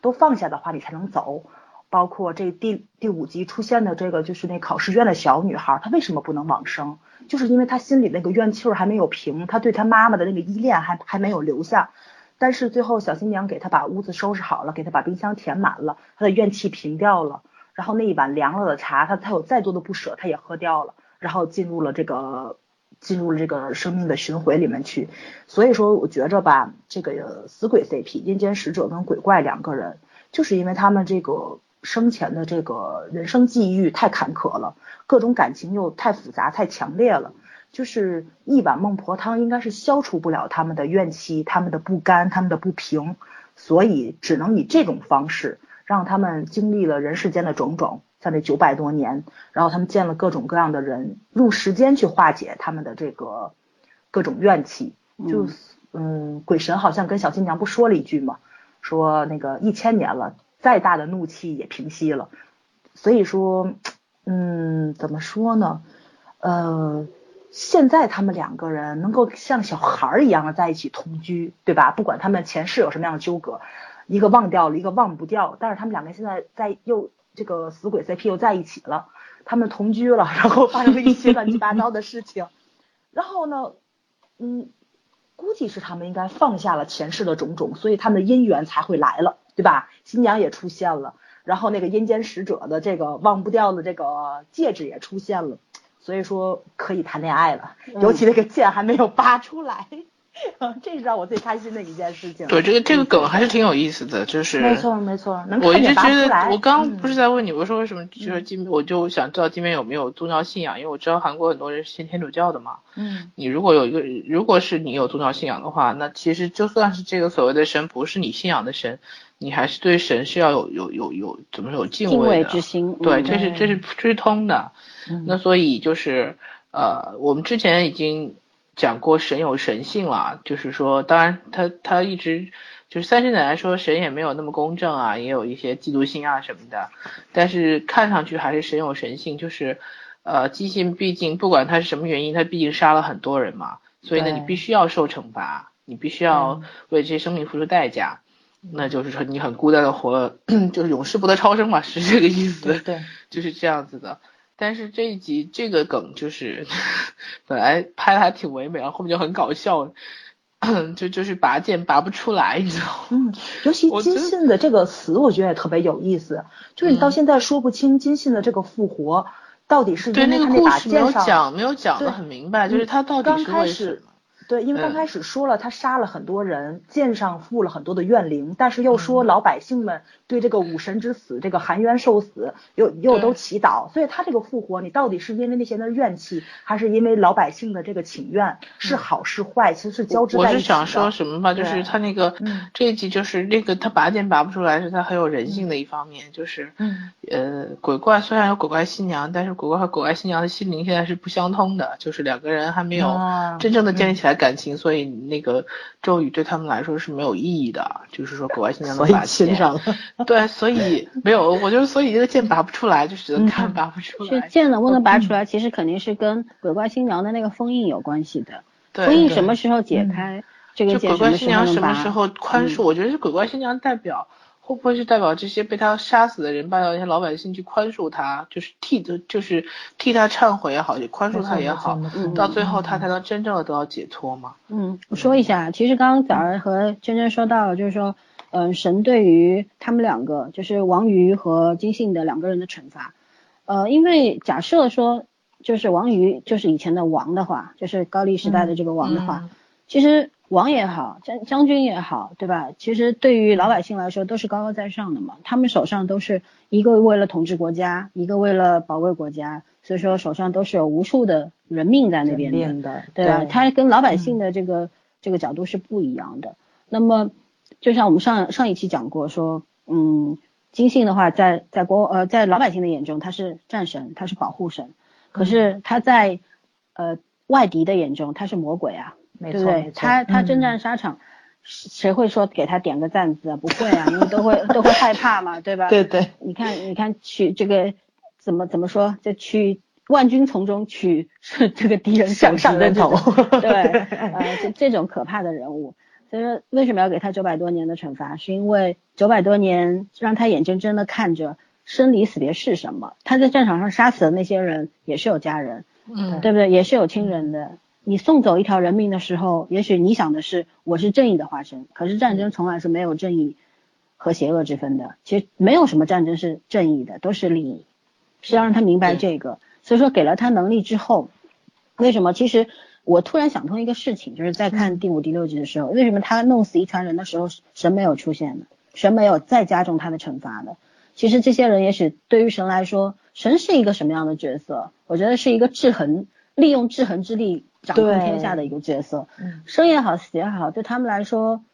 都放下的话，你才能走。包括这第第五集出现的这个，就是那考试院的小女孩，她为什么不能往生？就是因为她心里那个怨气儿还没有平，她对她妈妈的那个依恋还还没有留下。但是最后小新娘给她把屋子收拾好了，给她把冰箱填满了，她的怨气平掉了，然后那一碗凉了的茶，她她有再多的不舍，她也喝掉了，然后进入了这个进入了这个生命的循环里面去。所以说，我觉着吧，这个死鬼 CP 阴间使者跟鬼怪两个人，就是因为他们这个生前的这个人生际遇太坎坷了，各种感情又太复杂、太强烈了，就是一碗孟婆汤应该是消除不了他们的怨气、他们的不甘、他们的不平，所以只能以这种方式让他们经历了人世间的种种，像这九百多年，然后他们见了各种各样的人，用时间去化解他们的这个各种怨气。就嗯鬼神好像跟小新娘不说了一句嘛，说那个一千年了，再大的怒气也平息了。所以说，嗯，怎么说呢？呃，现在他们两个人能够像小孩儿一样的在一起同居，对吧？不管他们前世有什么样的纠葛，一个忘掉了，一个忘不掉，但是他们两个现在在又这个死鬼 CP 又在一起了，他们同居了， [LAUGHS] 然后发生了一些乱七八糟的事情，然后呢，嗯，估计是他们应该放下了前世的种种，所以他们的姻缘才会来了，对吧？新娘也出现了，然后那个阴间使者的这个忘不掉的这个戒指也出现了，所以说可以谈恋爱了。尤其那个剑还没有拔出来， [LAUGHS] 这是让我最开心的一件事情。对，这个这个梗还是挺有意思的，就是嗯没错没错，能我看一直见拔觉不出来。得，我刚嗯不是在问你，我说为什么就是金，我就想知道金边有没有宗教信仰，因为我知道韩国很多人是信天主教的嘛。嗯你如果有一个，如果是你有宗教信仰的话，那其实就算是这个所谓的神不是你信仰的神，你还是对神是要有有有有怎么说有敬敬畏的。之心，对，嗯这是这是这是通的。嗯那所以就是呃，我们之前已经讲过神有神性了，就是说，当然他他一直就是三圣奶奶说神也没有那么公正啊，也有一些嫉妒心啊什么的，但是看上去还是神有神性，就是呃，姬信毕竟不管他是什么原因，他毕竟杀了很多人嘛，所以呢，对你必须要受惩罚，你必须要嗯为这些生命付出代价。那就是说，你很孤单的活了， [CLEARS THROAT] 就是永世不得超生嘛，是这个意思。对对，就是这样子的。但是这一集这个梗就是 [LAUGHS] 本来拍的还挺唯美，然后后面就很搞笑，就就是拔剑拔不出来，你知道吗？ [LAUGHS] 嗯，尤其我金真信的这个死，我觉得也特别有意思，就是你到嗯现在说不清金信的这个复活到底是因对，为那个他那故把事没剑有上。讲，没有讲的对嗯很明白，就是他到底刚是开为什始么？嗯对，因为刚开始说了他杀了很多人，剑上附了很多的怨灵，但是又嗯说老百姓们对这个武神之死，这个含冤受死，又又都祈祷，所以他这个复活，你到底是因为那些人的怨气，还是因为老百姓的这个情愿，是好是坏，其实是交织嗯我在一是起的。想说什么吧，就对是他那个嗯这一集就是那个他拔剑拔不出来，是他很有人性的一方面，就是嗯呃，鬼怪虽然有鬼怪新娘，但是鬼怪和鬼怪新娘的心灵现在是不相通的，就是两个人还没有啊真正的建立起来感情，所以那个咒语对他们来说是没有意义的，就是说鬼怪新娘的所拔以亲剑，上了，对，所以没有，我就所以这个剑拔不出来，就嗯只能看拔不出是来，嗯剑能不能拔出来，其实肯定是跟鬼怪新娘的那个封印有关系的。对封印对嗯什么时候解开，这个就剑鬼什怪么新时候娘能什么拔？嗯时候宽恕？我觉得是鬼怪新娘代表，会不会是代表这些被他杀死的人，代表一些老百姓去宽恕他，就是替就是替他忏悔也好，也宽恕他也好，嗯到最后他才能真正的得到解脱嘛。嗯，我说一下，其实刚刚早儿和娟娟说到了，就是说，嗯、神对于他们两个，就是王瑜和金信的两个人的惩罚，呃，因为假设说，就是王瑜就是以前的王的话，就是高丽时代嗯的这个王的话，其实王也好，将将军也好，对吧？其实对于老百姓来说都是高高在上的嘛，他们手上都是一个为了统治国家，一个为了保卫国家，所以说手上都是有无数的人命在那边的。变的，对嗯吧？它跟老百姓的这个、这个角度是不一样的。那么，就像我们上上一期讲过说，嗯，金信的话在在国呃在老百姓的眼中他是战神，他是保护神，可是他在、呃外敌的眼中他是魔鬼啊，没对错不对没？错他他征嗯战沙场。谁谁会说给他点个赞字啊？不会啊，因为都会都会害怕嘛，对吧？对对，你看，你看取这个怎么怎么说？这取万军从中取是这个敌人向手指上的人这头种， [LAUGHS] 对，呃，这这种可怕的人物，所以说为什么要给他九百多年的惩罚？是因为九百多年让他眼睁睁的看着生离死别是什么？他在战场上杀死的那些人也是有家人，嗯，对不对？也是有亲人的。你送走一条人命的时候，也许你想的是我是正义的化身，可是战争从来是没有正义和邪恶之分的。其实没有什么战争是正义的，都是利益。是要让他明白这个。所以说，给了他能力之后，为什么？其实我突然想通一个事情，就是在看第五、第六集的时候，为什么他弄死一船人的时候，神没有出现呢？神没有再加重他的惩罚呢？其实这些人也许对于神来说，神是一个什么样的角色？我觉得是一个制衡，利用制衡之力掌控对天下的一个角色 [LAUGHS] 嗯。生也好，死也好，对他们来说，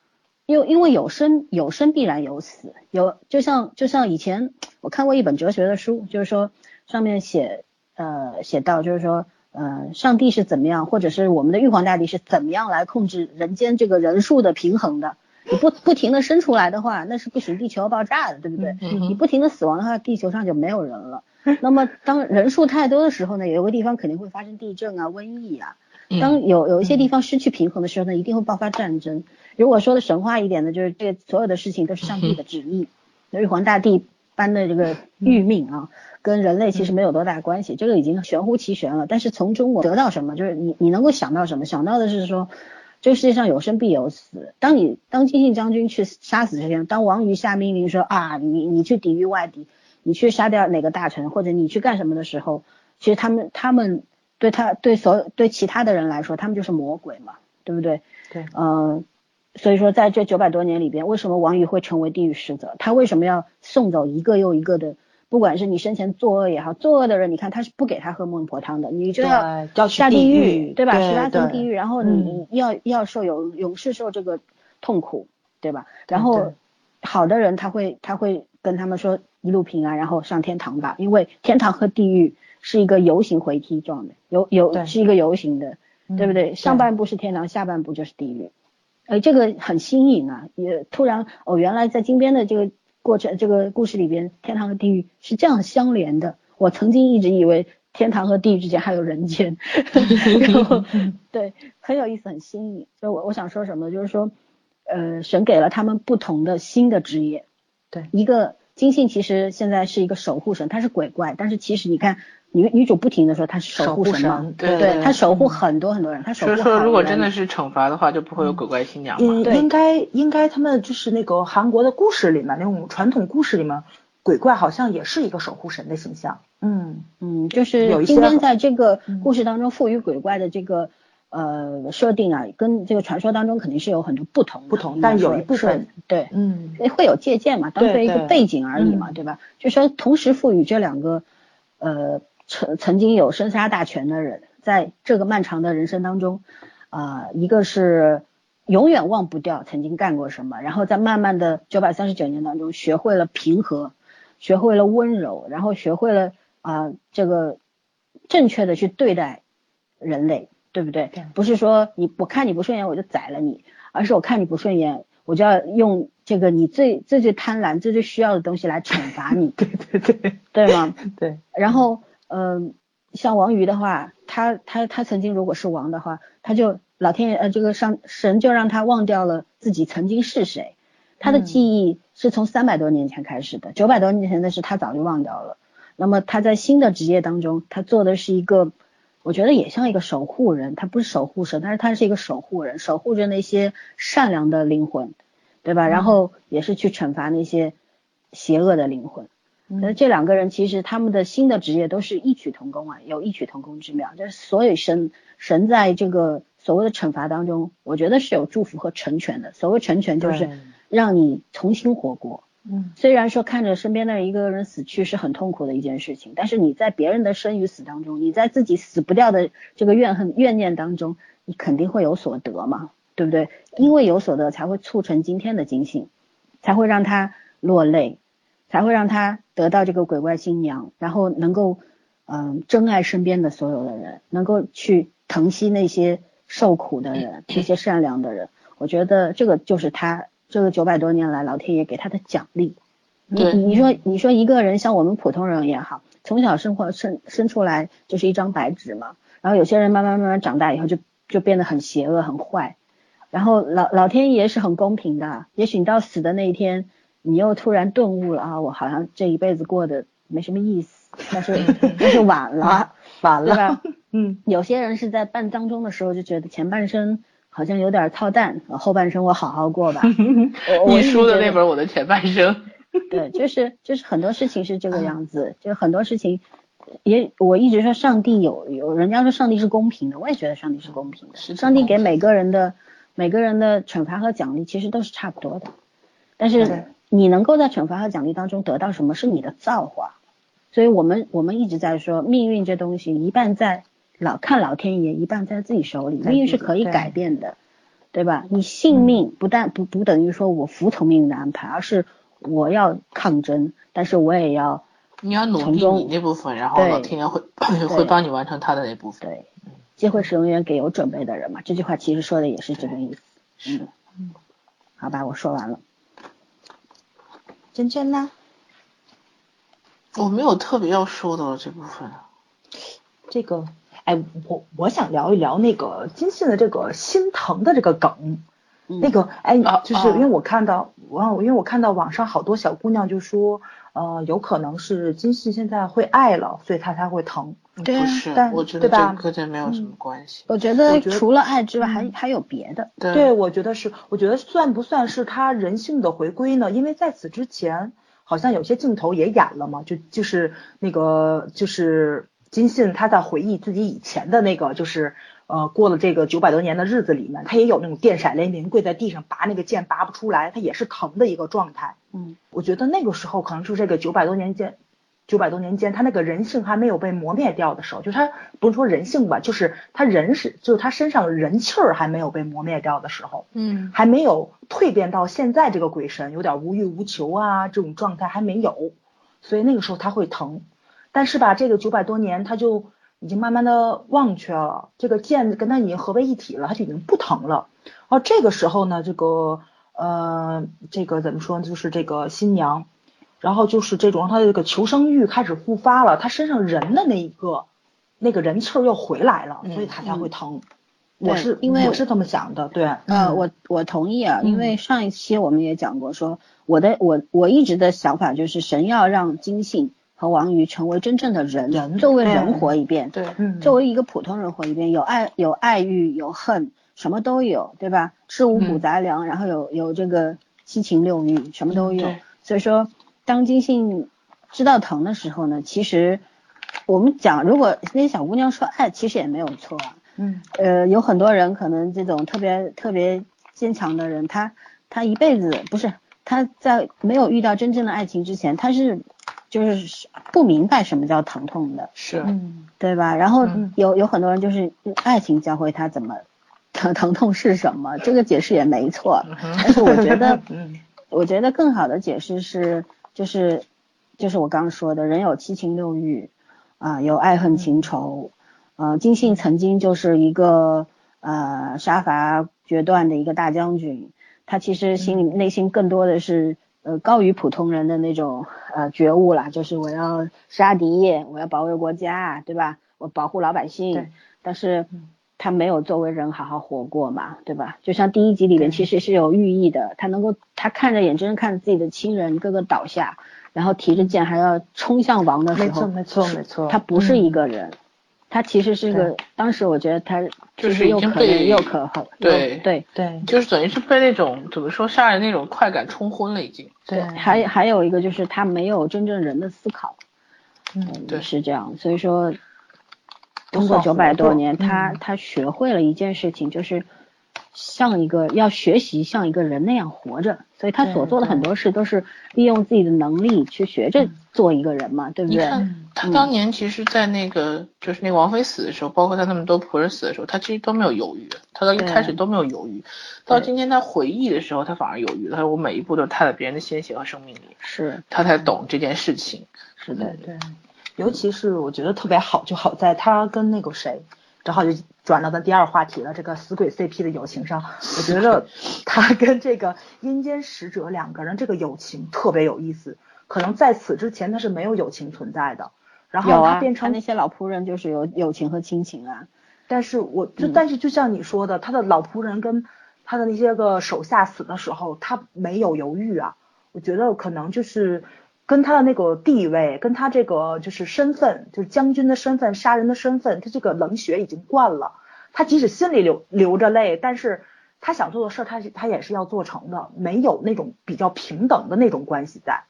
因为因为有生有生必然有死，有就像就像以前我看过一本哲学的书，就是说上面写呃写到就是说呃上帝是怎么样，或者是我们的玉皇大帝是怎么样来控制人间这个人数的平衡的。你不不停的生出来的话，那是不行，地球要爆炸的，对不对？嗯你不停的死亡的话，地球上就没有人了。那么当人数太多的时候呢，有一个地方肯定会发生地震啊、瘟疫啊。当有有一些地方失去平衡的时候呢，一定会爆发战争。如果说的神话一点呢，就是这个所有的事情都是上帝的旨意，玉皇大帝颁的这个谕命啊，跟人类其实没有多大关系，这个已经玄乎其玄了。但是从中我得到什么，就是你你能够想到什么，想到的是说。这个世界上有生必有死。当你当金信将军去杀死这些人，当王瑜下命令说啊，你你去抵御外敌，你去杀掉哪个大臣，或者你去干什么的时候，其实他们他们对他对所有对其他的人来说，他们就是魔鬼嘛，对不对？对嗯、所以说在这九百多年里边，为什么王宇会成为地狱使者？他为什么要送走一个又一个的？不管是你生前作恶也好，作恶的人，你看他是不给他喝孟婆汤的，你就要对要去下地狱，狱对吧？对十八对层嗯地狱，然后你要、要受有永世受这个痛苦，对吧？然后对好的人他会他会跟他们说一路平安，然后上天堂吧，因为天堂和地狱是一个游行回梯状的，游游对是一个游行的，嗯对不对？上半部是天堂，下半部就是地狱。哎，这个很新颖啊！也突然哦，原来在金边的这个过程、这个故事里边，天堂和地狱是这样相连的。我曾经一直以为天堂和地狱之间还有 [LAUGHS] 人间，然后对，很有意思，很新颖。所以我我想说什么，就是说，呃，神给了他们不同的新的职业。对一个金信其实现在是一个守护神，他是鬼怪，但是其实你看女女主不停的说他是守守护护神嘛神，对对他守嗯护很多很多人， [LAUGHS] 他守所护以说好嗯如果人真的是惩罚的话，就不会有鬼怪新娘嘛。应对应该应该他们就是那个韩国的故事里面那种传统故事里面，鬼怪好像也是一个守护神的形象。嗯，嗯，就是有一今些天在这个故事当中赋予鬼怪的这个呃设定啊，跟这个传说当中肯定是有很多不同的不同应该但有说一部是分对 [LAUGHS] 嗯会有借鉴嘛，当对做一个对背景而已嘛，嗯对吧？就说同时赋予这两个呃曾曾经有生杀大权的人，在这个漫长的人生当中，啊、一个是永远忘不掉曾经干过什么，然后在慢慢的九百三十九年当中，学会了平和，学会了温柔，然后学会了啊、这个正确的去对待人类，对不对？对，不是说你我看你不顺眼我就宰了你，而是我看你不顺眼，我就要用这个你最最最贪婪、最最需要的东西来惩罚你对对对对吗？对，然后，嗯、像王瑜的话，他他他曾经如果是王的话，他就老天爷呃这个上神就让他忘掉了自己曾经是谁，他的嗯记忆是从三百多年前开始的，九百多年前的事他早就忘掉了。那么他在新的职业当中，他做的是一个，我觉得也像一个守护人，他不是守护神，但是他是一个守护人，守护着那些善良的灵魂，对吧？然后也是去惩罚那些邪恶的灵魂。那这两个人其实他们的新的职业都是异曲同工啊，有异曲同工之妙。就是所有神神在这个所谓的惩罚当中，我觉得是有祝福和成全的。所谓成全就是对让你重新活过。嗯虽然说看着身边的一个人死去是很痛苦的一件事情，但是你在别人的生与死当中，你在自己死不掉的这个怨恨怨念当中，你肯定会有所得嘛，对不对？因为有所得，才会促成今天的金星，才会让他落泪，才会让他得到这个鬼怪新娘，然后能够嗯、珍爱身边的所有的人，能够去疼惜那些受苦的人，那些善良的人。我觉得这个就是他这个九百多年来老天爷给他的奖励。你对你说你说一个人像我们普通人也好，从小生活生生出来就是一张白纸嘛，然后有些人慢慢慢慢长大以后就就变得很邪恶很坏，然后老老天爷是很公平的，也许你到死的那一天，你又突然顿悟了啊，我好像这一辈子过得没什么意思，但是嗯但是晚啊了，完对了，吧？ [LAUGHS] 嗯， [LAUGHS] 有些人是在半当中的时候就觉得前半生好像有点操蛋，呃后半生我好好过吧。我我 [LAUGHS] 你是说的觉那得本《我的前半生》， [LAUGHS] 对，就是就是很多事情是嗯这个样子，就是很多事情也我一直说上帝有有人家说上帝是公平的，我也觉得上帝是公平的。是的上帝给每个人的每个人的惩罚和奖励其实都是差不多的，但对是你能够在惩罚和奖励当中得到什么是你的造化。所以我们我们一直在说命运这东西一半在老看老天爷，一半在自己手里，在命运自是己可以对改变的。对吧？你信命不但不不等于说我服从命运的安排，而是我要抗争，但是我也要你要努从力中你那部分，然后对老天爷会 [LAUGHS] 会对帮你完成他的那部分。对，机会是永远给有准备的人嘛。这句话其实说的也是这个意思。嗯是，好吧，我说完了。真真呢？我没有特别要说的了这部分。啊这个，哎，我我想聊一聊那个金信的这个心疼的这个梗。嗯那个，哎啊，就是啊因为我看到，我因为我看到网上好多小姑娘就说，呃，有可能是金信现在会爱了，所以她才会疼。嗯对嗯啊不是但，我觉对得吧这跟这没有什么关系。我觉得我觉得除了爱之外，还还有别的。对对，我觉得是，我觉得算不算是他人性的回归呢？因为在此之前，好像有些镜头也演了嘛，就就是那个就是金信他在回忆自己以前的那个就是。呃，过了这个九百多年的日子里面，他也有那种电闪雷鸣，跪在地上拔那个剑拔不出来，他也是疼的一个状态。嗯，我觉得那个时候可能是这个九百多年间，九百多年间他那个人性还没有被磨灭掉的时候，就是他不是说人性吧，就是他人是，就是他身上的人气儿还没有被磨灭掉的时候，嗯，还没有蜕变到现在这个鬼神有点无欲无求啊这种状态还没有，所以那个时候他会疼，但是吧，这个九百多年他就已经慢慢的忘却了，这个剑跟他已经合为一体了，他就已经不疼了。然后这个时候呢，这个呃，这个怎么说呢，就是这个新娘，然后就是这种她的这个求生欲开始复发了，她身上人的那一个那个人气儿又回来了，所以她才会疼。我嗯对是因为我是这么想的，对，呃，我我同意啊，嗯因为上一期我们也讲过说，我的我我一直的想法就是，神要让金信和王瑜成为真正的人，人作为嗯人活一遍。对，嗯，作为一个普通人活一遍，有爱有爱欲有恨，什么都有，对吧？吃五嗯谷杂粮，然后有有这个七情六欲，什么都有。嗯对所以说，当金信知道疼的时候呢，其实我们讲，如果那些小姑娘说爱，其实也没有错啊。嗯呃，有很多人可能这种特别特别坚强的人，他他一辈子不是他在没有遇到真正的爱情之前，他是就是不明白什么叫疼痛的，是，嗯对吧？然后嗯有有很多人就是嗯爱情教会他怎么疼疼痛是什么，这个解释也没错。但是我觉得，嗯我觉得更好的解释是，就是就是我刚刚说的，人有七情六欲啊、有爱恨情仇。呃，金信曾经就是一个呃杀伐决断的一个大将军，他其实心里内心更多的是呃高于普通人的那种呃觉悟啦，就是我要杀敌，我要保卫国家，对吧？我保护老百对姓，但是他没有作为人好好活过嘛，对吧？就像第一集里面其实是有寓意的，他能够他看着眼睁睁看着自己的亲人个个倒下，然后提着剑还要冲向王的时没错候，没错没错，嗯他不是一个人，他其实是个，当时我觉得他其就是实已又经可被怜又可恨，对又对。对就是等于是被那种怎么说杀人那种快感冲昏了，已经。对，还还有一个就是他没有真正人的思考，嗯对是这样。所以说，都通过算九活百多过年，他嗯他学会了一件事情，就是像一个要学习像一个人那样活着。所以他对所做的很对嗯多事都是利用自己的能力去学着做一个人嘛，对不你对？看嗯他当年其实，在那个就是那个王妃死的时候，包括他那么多仆人死的时候，他其实都没有犹豫，他到一对开始都没有犹豫，到今天他回忆的时候，他反而犹豫了。他说我每一步都踏在别人的鲜血和生命里，是他才懂这件事情。嗯嗯是对的，对，尤其是我觉得特别好，就好在他跟那个谁，正好就转到咱第二话题了，这个死鬼 CP 的友情上，我觉 [LAUGHS] 得他跟这个阴间使者两个人这个友情特别有意思，可能在此之前他是没有友情存在的。然有后啊，变他成，那些老仆人就是有友情和亲情啊，但是我就、但是就像你说的，他的老仆人跟他的那些个手下死的时候，他没有犹豫啊。我觉得可能就是跟他的那个地位，跟他这个就是身份，就是将军的身份、杀人的身份，他这个冷血已经惯了。他即使心里流流着泪，但是他想做的事儿，他是他也是要做成的，没有那种比较平等的那种关系在。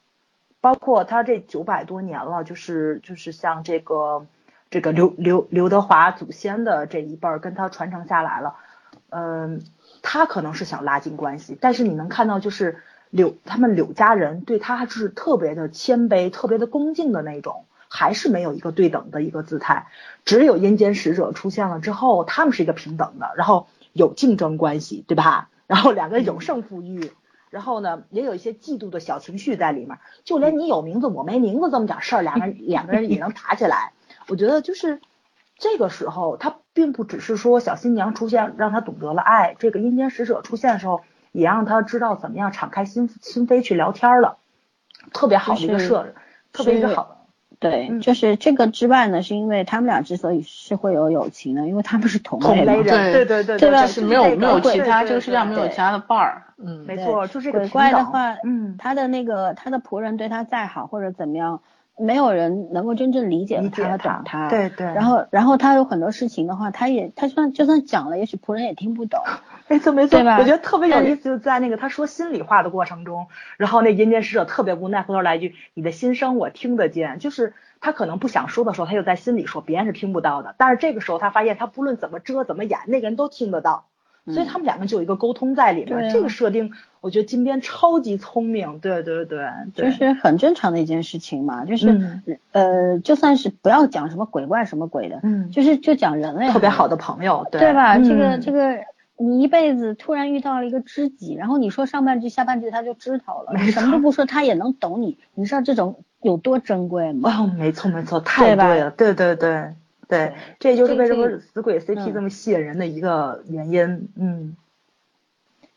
包括他这九百多年了，就是就是像这个这个刘刘刘德华祖先的这一辈儿跟他传承下来了，嗯，他可能是想拉近关系，但是你能看到就是柳他们柳家人对他还是特别的谦卑、特别的恭敬的那种，还是没有一个对等的一个姿态。只有阴间使者出现了之后，他们是一个平等的，然后有竞争关系，对吧？ [LAUGHS] 然后两个人有胜负嗯欲，然后呢也有一些嫉妒的小情绪在里面，就连你有名字我没名字这么点事儿，两个 [LAUGHS] 人两个人也能打起来。我觉得就是这个时候，他并不只是说小新娘出现让他懂得了爱，这个阴间使者出现的时候，也让他知道怎么样敞开心心扉去聊天了，特别好的一个就是设，特别一个是好的。对，嗯就是这个之外呢，是因为他们俩之所以是会有友情呢，因为他们是同类同嘛类人，对对对这个对，就是没有没有其他这个世界上没有对其他的伴儿，嗯，没错，就这个鬼平怪的等话嗯，他的那个他的仆人对他再好或者怎么样，没有人能够真正理解理解他和懂他。他，。对对。然后，然后他有很多事情的话，他也他就算就算讲了，也许仆人也听不 [LAUGHS] 懂。没错没错，对吧我觉得特别有但是意思，就在那个他说心里话的过程中，然后那阴间使者特别无奈，回头来一句：“你的心声我听得见。”就是他可能不想说的时候，他就在心里说，别人是听不到的。但是这个时候，他发现他不论怎么遮怎么掩，那个人都听得到，所以他们两个就有一个沟通在里面。对啊这个设定，我觉得金边超级聪明，对对对对，就是很正常的一件事情嘛，就是、呃，就算是不要讲什么鬼怪什么鬼的，嗯，就是就讲人 [LAUGHS] 类特别好好了的朋友，对嗯对对吧？这个这个，你一辈子突然遇到了一个知己，然后你说上半句下半句他就知道了，你什么都不说他也能懂你，你知道这种有多珍贵吗？ [LAUGHS] 哦，没错没错，太吧对了，对对对对，这就是这为什这么死鬼 CP 嗯这么吸引人的一个原因。嗯，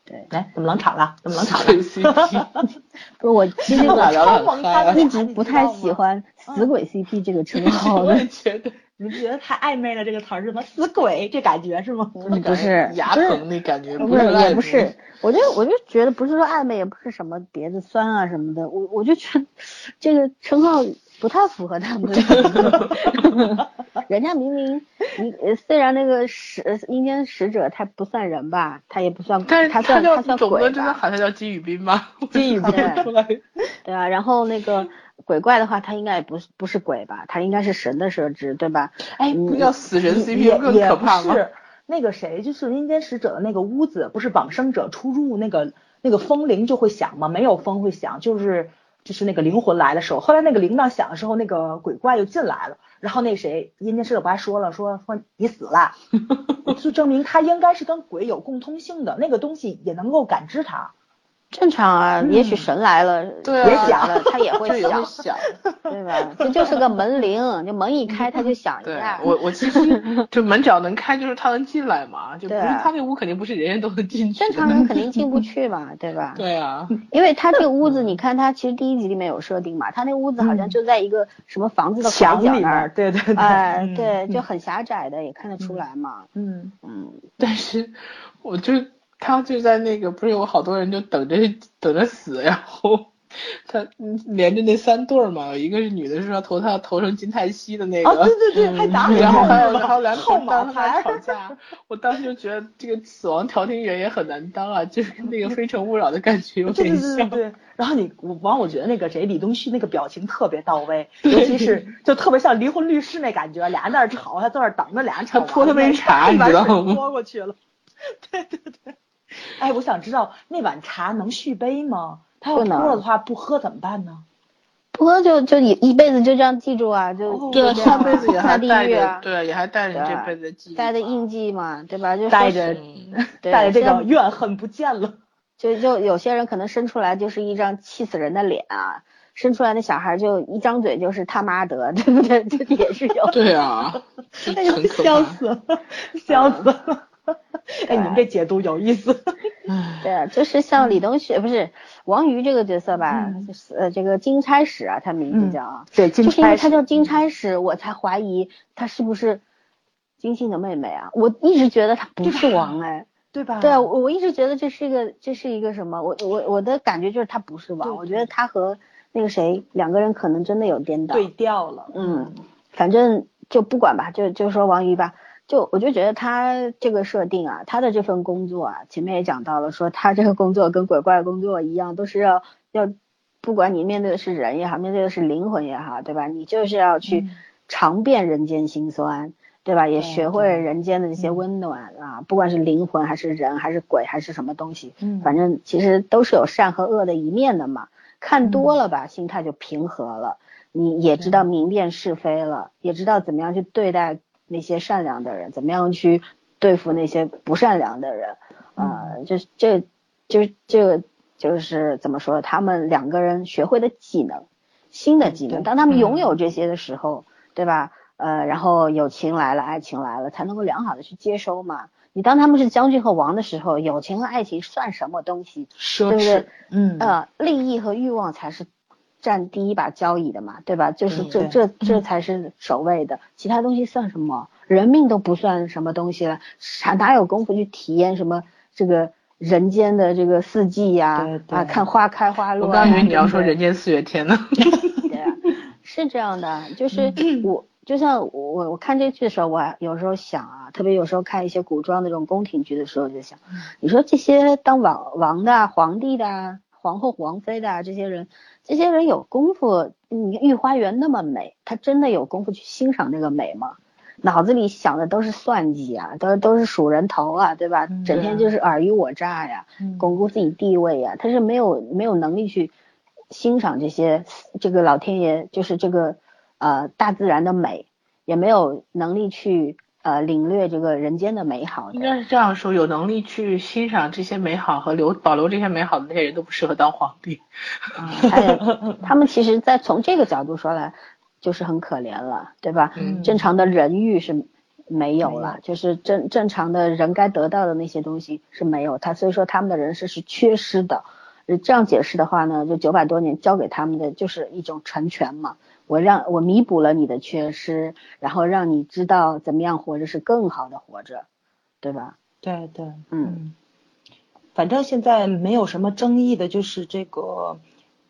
对，来，怎么冷场了？怎么冷 [LAUGHS] 场了？对 CP [LAUGHS] 不是我其实 [LAUGHS] 我超我猛他的，一直不太喜欢。欢“死鬼 CP” 这个称 [LAUGHS] 号我的，也觉得你们觉得太暧昧了，这个词儿是吗？死鬼这感觉嗯是吗？不是牙疼的感觉，不是赖也不皮是，我就我就觉得不是说暧昧，也不是什么别的酸啊什么的，我我就觉得这个称号不太符合他们 [LAUGHS] 的。人家明明你呃虽然那个使呃阴间使者他不算人吧，他也不算，但是他他算叫算总不鬼能真的吧，喊他叫金宇彬吧？金宇我想 [LAUGHS] 彬不出来。对啊，然后那个鬼怪的话，他应该也不是不是鬼吧，他应该是神的设置，对吧？哎，不嗯叫死神也 CP 也更可也不怕吗？是，那个谁，就是《阴间使者》的那个屋子，不是往生者出入那个那个风铃就会响吗？没有风会响，就是就是那个灵魂来的时候。后来那个铃铛响的时候，那个鬼怪就进来了。然后那谁，阴间使者不还说了，说说你死 [LAUGHS] 了，就证明他应该是跟鬼有共通性的，那个东西也能够感知他。正常啊，也许神来了，嗯对啊也讲了，他 [LAUGHS] 也会这也想会，想。对吧？这就是个门铃，就门一开他就响一对哎下。我，我 [LAUGHS] 其实就门只要能开，就是他能进来嘛，就不对是他那屋肯定不是人人都能进 [LAUGHS] 去的。正常人肯定进不去嘛，对吧？对啊，因为他这个屋子，你看他其实第一集里面有设定嘛，他那屋子好像就在一个什么房子的嗯拐墙角里那面儿儿，，对对对，哎，嗯对，就很狭窄的，也看得出来嘛。嗯，嗯，但是我就他就在那个，不是有好多人就等着等着死，然后他嗯连着那三对儿嘛，有一个是女的是要投他投成金泰熙的那个，嗯哦，对对对，还打然后还有了，还有两口后子脑当时牌还儿 [LAUGHS] 吵架，我当时就觉得这个死亡调停员也很难当啊，就是跟 [LAUGHS] 那个《非诚勿扰》的感觉有对点对对对像。对，然后你我完，我觉得那个谁李东旭那个表情特别到位，尤其是就特别像离婚律师那感觉，俩人在那儿吵，他在那儿等着，俩人吵完他泼他那杯 [LAUGHS] 茶一你碗知道水吗泼过去了， [LAUGHS] 对对对。哎，我想知道那碗茶能续杯吗？他要不泼能了的话，不喝怎么办呢？不过就就一一辈子就这样记住啊，就哦就对，这样上啊辈子也还下地带狱着啊，，对，也还带着你这对辈子的记忆嘛，带着印记嘛，对吧？就带说着嗯对带着这现个在怨恨不见了。就就有些人可能生出来就是一张气死人的脸啊，生出来的小孩就一张嘴就是他妈的， [LAUGHS] 对不对？这也是 [LAUGHS] 有。[LAUGHS] 对啊，哎呦很，可笑怕。死了，笑死了！嗯哎，你们这解读有意思。对，啊就是像李东旭，不是王瑜这个角色吧，嗯就是呃这个金钗使啊，他名嗯字叫啊， [LAUGHS] 对，金就是因钗为嗯他叫金钗使，我才怀疑他是不是金星的妹妹啊，我一直觉得她不是王哎，对吧？对啊，我我一直觉得这是一个这是一个什么，我我我的感觉就是她不是对王，对我觉得她和那个谁两个人可能真的有颠倒，对调了。嗯，反正就不管吧，就就说王瑜吧，就我就觉得他这个设定啊，他的这份工作啊，前面也讲到了，说他这个工作跟鬼怪工作一样，都是要要，不管你面对的是人也好，面对的是灵魂也好，对吧？你就是要去尝遍人间辛酸。嗯对吧？也学会了人间的这些温暖啊，不管是灵魂还是人还是鬼还是什么东西，嗯反正其实都是有善和恶的一面的嘛。看多了吧，心态就平和了。你也知道明辨是非了，也知道怎么样去对待那些善良的人，怎么样去对付那些不善良的人。呃，就是这，就是这个，就是怎么说？他们两个人学会的技能，新的技能。对嗯当他们拥有这些的时候，对吧？呃，然后友情来了，爱情来了，才能够良好的去接收嘛。你当他们是将军和王的时候，友情和爱情算什么东西？奢对不对侈，嗯呃，利益和欲望才是占第一把交椅的嘛，对吧？就是这对嗯这这才是首位的，其他东西算什么？人命都不算什么东西了，啥哪有功夫去体验什么这个人间的这个四季呀对？对啊，看花开花我落呀。刚以为你要对不说对人间四月天 [LAUGHS] 呢，对啊，是这样的，就是我就像我我我看这剧的时候，我还有时候想啊，特别有时候看一些古装的这种宫廷剧的时候，就想，你说这些当王王的啊、皇帝的啊、皇后、皇妃的啊，这些人，这些人有功夫，你看御花园那么美，他真的有功夫去欣赏这个美吗？脑子里想的都是算计啊，都都是数人头啊，对吧？整天就是尔虞我诈呀、嗯巩固自己地位呀、他是没有没有能力去欣赏这些这个老天爷就是这个呃大自然的美，也没有能力去呃领略这个人间的美好应的。该是这样说：有能力去欣赏这些美好和留保留这些美好的那些人都不适合当皇 [LAUGHS] 帝。他 [LAUGHS] 也他们其实，在从这个角度说来，就是很可怜了，对吧？嗯正常的人欲是没有没了，就是正正常的人该得到的那些东西是没有他，所以说他们的人生是缺失的。呃这样解释的话呢，就九百多年交给他们的就是一种成全嘛。我让我弥补了你的缺失，然后让你知道怎么样活着是更好的活着，对吧？对对，嗯，反正现在没有什么争议的，就是这个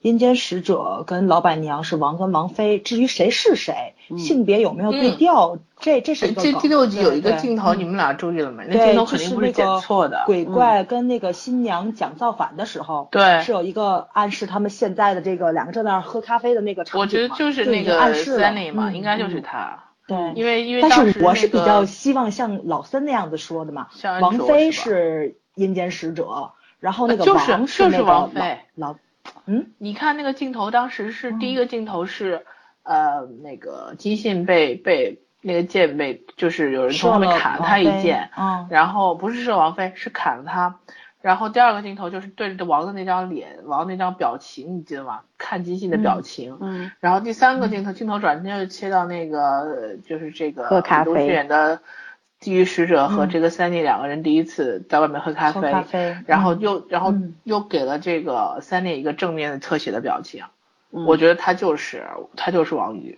阴间使者跟老板娘是王跟王妃，至于谁是谁，嗯性别有没有对调，这这是一个这梗第六集有一个对对嗯镜头，你们俩注意了没？那对，镜头就肯定是不那剪个错的。嗯鬼怪跟那个新娘讲造反的时候，对是有一个暗示他们现在的这个两个正在那儿喝咖啡的那个场景嘛我觉得就是就已那经个暗示了 Sunny 嘛，嗯应该就是嗯他。对，因为因为但当时是我是比那个较希望像老森那样子说的嘛，像安王卓菲吧啊是阴间使者，然后那个就王是是就那是个王老菲老，嗯，你看那个镜头，当时是第一个镜头是，呃，那个姬信被被那个箭被，就是有人从射后面了砍了王他一菲箭，嗯，然后不是射王菲，是砍了他。然后第二个镜头就是对着王的那张脸，王那张表情，你记得吗？看姬信的表情。嗯，然后第三个镜头，镜头转身就切到那个，呃就是这个喝咖卢啡志远的地狱使者和嗯这个三弟两个人第一次在外面喝咖喝啡，咖啡，然后嗯又然后嗯又给了这个三弟一个正面的特写的表情，嗯我觉得他就是他就是王宇，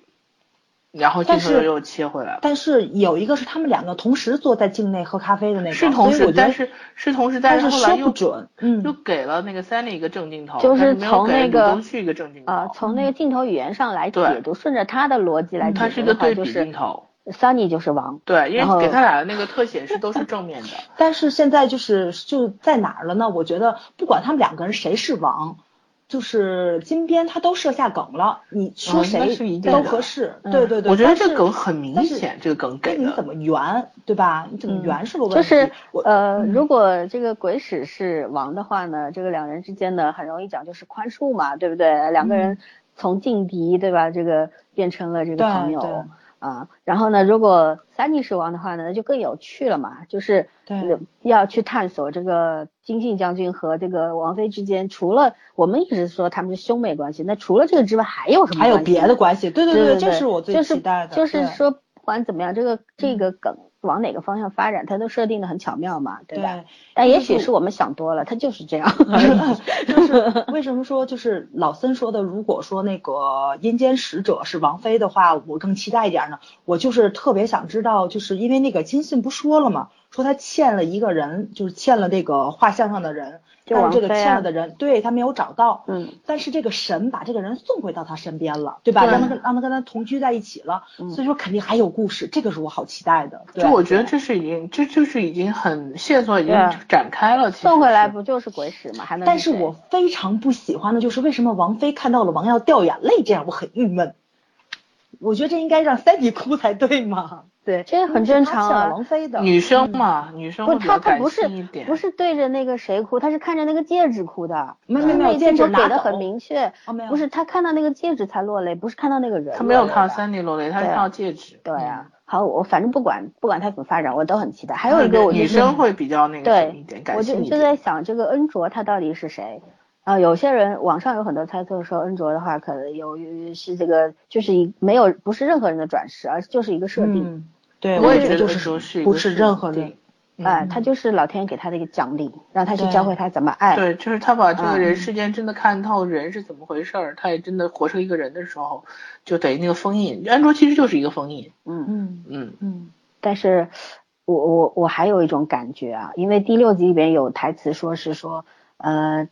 然后镜但头是又切回来了。但是有一个是他们两个同时坐在境内喝咖啡的那个，是所以我同时，觉但得是是同时，但是后来说又不准，嗯，又给了那个三弟一个正镜头，就但是没有从给那鲁个东旭一个正镜头，呃，从那个镜头语言上来对解读，顺着他的逻辑来它解是读一个的话，对就比是镜头。 Sunny 就是王，对，因然后为给他俩的那个特写是都是 [LAUGHS] 正面的，但是现在就是就在哪儿了呢？我觉得不管他们两个人谁是王，就是金边他都设下梗了，你说嗯那谁是一定的都合适。嗯对对对，我觉得但是这梗很明但是显，这个梗那给你怎的。嗯么圆，对吧？你怎么圆是个问就题。是我呃，嗯如果这个鬼使是王的话呢，这个两人之间呢，很容易讲就是宽恕嘛，对不对？两个嗯人从劲敌，对吧？这个变成了这个对朋友对啊。然后呢，如果三弟是王的话呢，那就更有趣了嘛，就是对呃要去探索这个金信将军和这个王妃之间，除了我们一直说他们是兄妹关系，那除了这个之外还有什么？还嗯有别的。关系，对对对这是我最期待的。就是就对嗯是说，不管怎么样，这个这个梗往哪个方向发展，它都设定的很巧妙嘛，对吧？对，但也就许是嗯是我们想多了，它就是 [LAUGHS] 这样。就是为什么说就是老森说的，如果说那个阴间使者是王菲的话，我更期待一点呢。我就是特别想知道，就是因为那个金信不说了嘛，说他欠了一个人，就是欠了这个画像上的人，就但是这个王菲啊欠了的人，对他没有找到， [LAUGHS] 嗯，但是这个神把这个人送回到他身边了，对吧？对让他跟让他跟他同居在一起了，嗯所以说肯定还有故事，这个是我好期待的。对就我觉得这是已经，这就是已经很线索已经对展开了。其实送回来是不就是鬼使吗？还能谁？但是我非常不喜欢的就是为什么王菲看到了王耀掉眼泪，这样我很郁闷。我觉得这应该让三弟哭才对嘛。对，这个很因为正常是他欠了啊。王菲的，嗯女生嘛，女生不会是比他，较他感不是性一点。不是对着那个谁哭，他是看着那个戒指哭的。没有嗯没他有没那有，个戒镜指头拿给走的很明确，哦，没有，不是他看到那个戒指才落泪，不是看到那个人落泪的。他没有看到三 D 落泪，他是看到戒指。嗯对嗯啊，好，我反正不管不管他怎么发展，我都很期待。还有一对嗯个，我女就是生会比较那个什么一对点，感我性就一就点在想这个恩卓他到底是谁？啊、有些人网上有很多猜测说恩卓的话，可能由于是这个就是一没有不是任何人的转世，而就是一个设定，嗯，对，我也觉觉得得就说是一不个是设任何定人，嗯哎、他就是老天给他的一个奖励，让他去教会他怎么爱。对，就是他把这个嗯人世间真的看透人是怎么回事儿，他也真的活成一个人的时候，就等于那个封印。安卓其实就是一个封印，嗯，嗯嗯，嗯，但是我我我还有一种感觉啊，因为第六集里边有台词说是说，呃，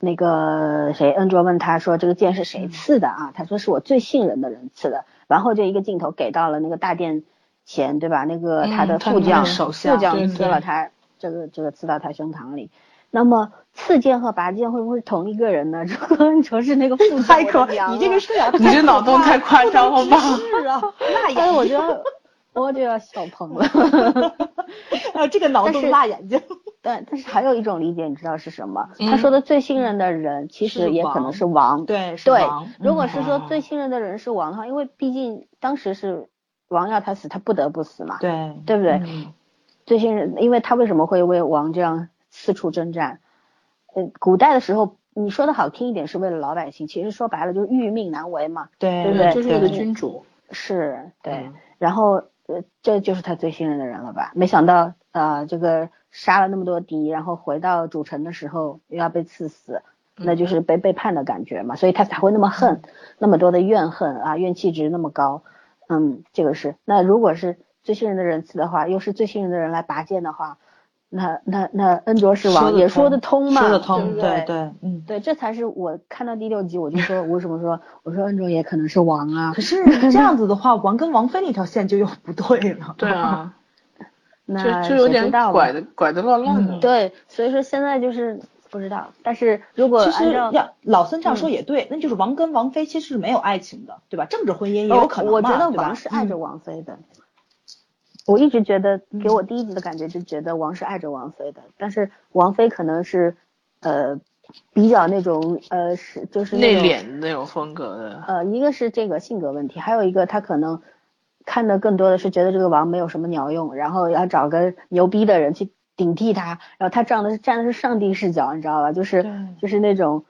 那个谁恩卓问他说这个剑是嗯谁刺的啊？他说是我最信任的人刺的。然后就一个镜头给到了那个大殿前，对吧？那个嗯他的他副那将，个手下副对将刺对了他这个这个刺到他胸膛里。那么刺剑和拔剑会不会是同一个人呢？如 [LAUGHS] 果恩卓是那 [LAUGHS] 个副将，太我可的，娘啊你这个了视 [LAUGHS] 角，你这脑洞太夸张了吧？是啊，辣哎，眼我睛，觉得我就要 [LAUGHS] 笑喷了。啊，这个脑但洞是辣眼睛，但但是还有一种理解，你知道是什么？嗯他说的最信任的人，其是实也可王能是王。对是对王，如果嗯是说哦最信任的人是王的话，因为毕竟当时是王要他死，他不得不死嘛，对对不对？嗯最信任，因为他为什么会为王这样四处征战？呃，古代的时候，你说的好听一点是为了老百姓，其实说白了就是欲命难违嘛。对对不对就是一个对君 [LAUGHS] 主。是对嗯，然后呃，这就是他最信任的人了吧？没想到呃，这个杀了那么多敌，然后回到主城的时候又要被刺死，那嗯就是被背叛的感觉嘛，所以他才会那么恨，那么多的怨恨啊，怨气值那么高。嗯，这个是。那如果是最信任的人刺的话，又是最信任的人来拔剑的话，那那那恩卓是说王得也通说得通嘛，说得对通，不对对，嗯。对，这才是我看到第六集，我就说，我为什么说，我说恩卓也可能是王啊可？ [LAUGHS] 是这样子的话，王跟王菲那条线就又不对了。 [LAUGHS] [LAUGHS] 对啊，那就就有谁知点道吧拐的拐的乱乱的。嗯对，所以说现在就是不知道。但是如果其实按照要老孙这样说也对，那就是王跟王妃其实是没有爱情的，对吧？政治婚姻也呃有可能我嘛觉得对吧王是爱着王菲的。我一直觉得，给我第一集的感觉就觉得王是爱着王菲的，但是王菲可能是，呃，比较那种呃是就是那内种敛的那种风格的，呃，一个是这个性格问题，还有一个他可能看的更多的是觉得这个王没有什么鸟用，然后要找个牛逼的人去顶替他，然后他站的是站的是上帝视角，你知道吧？就是就是那种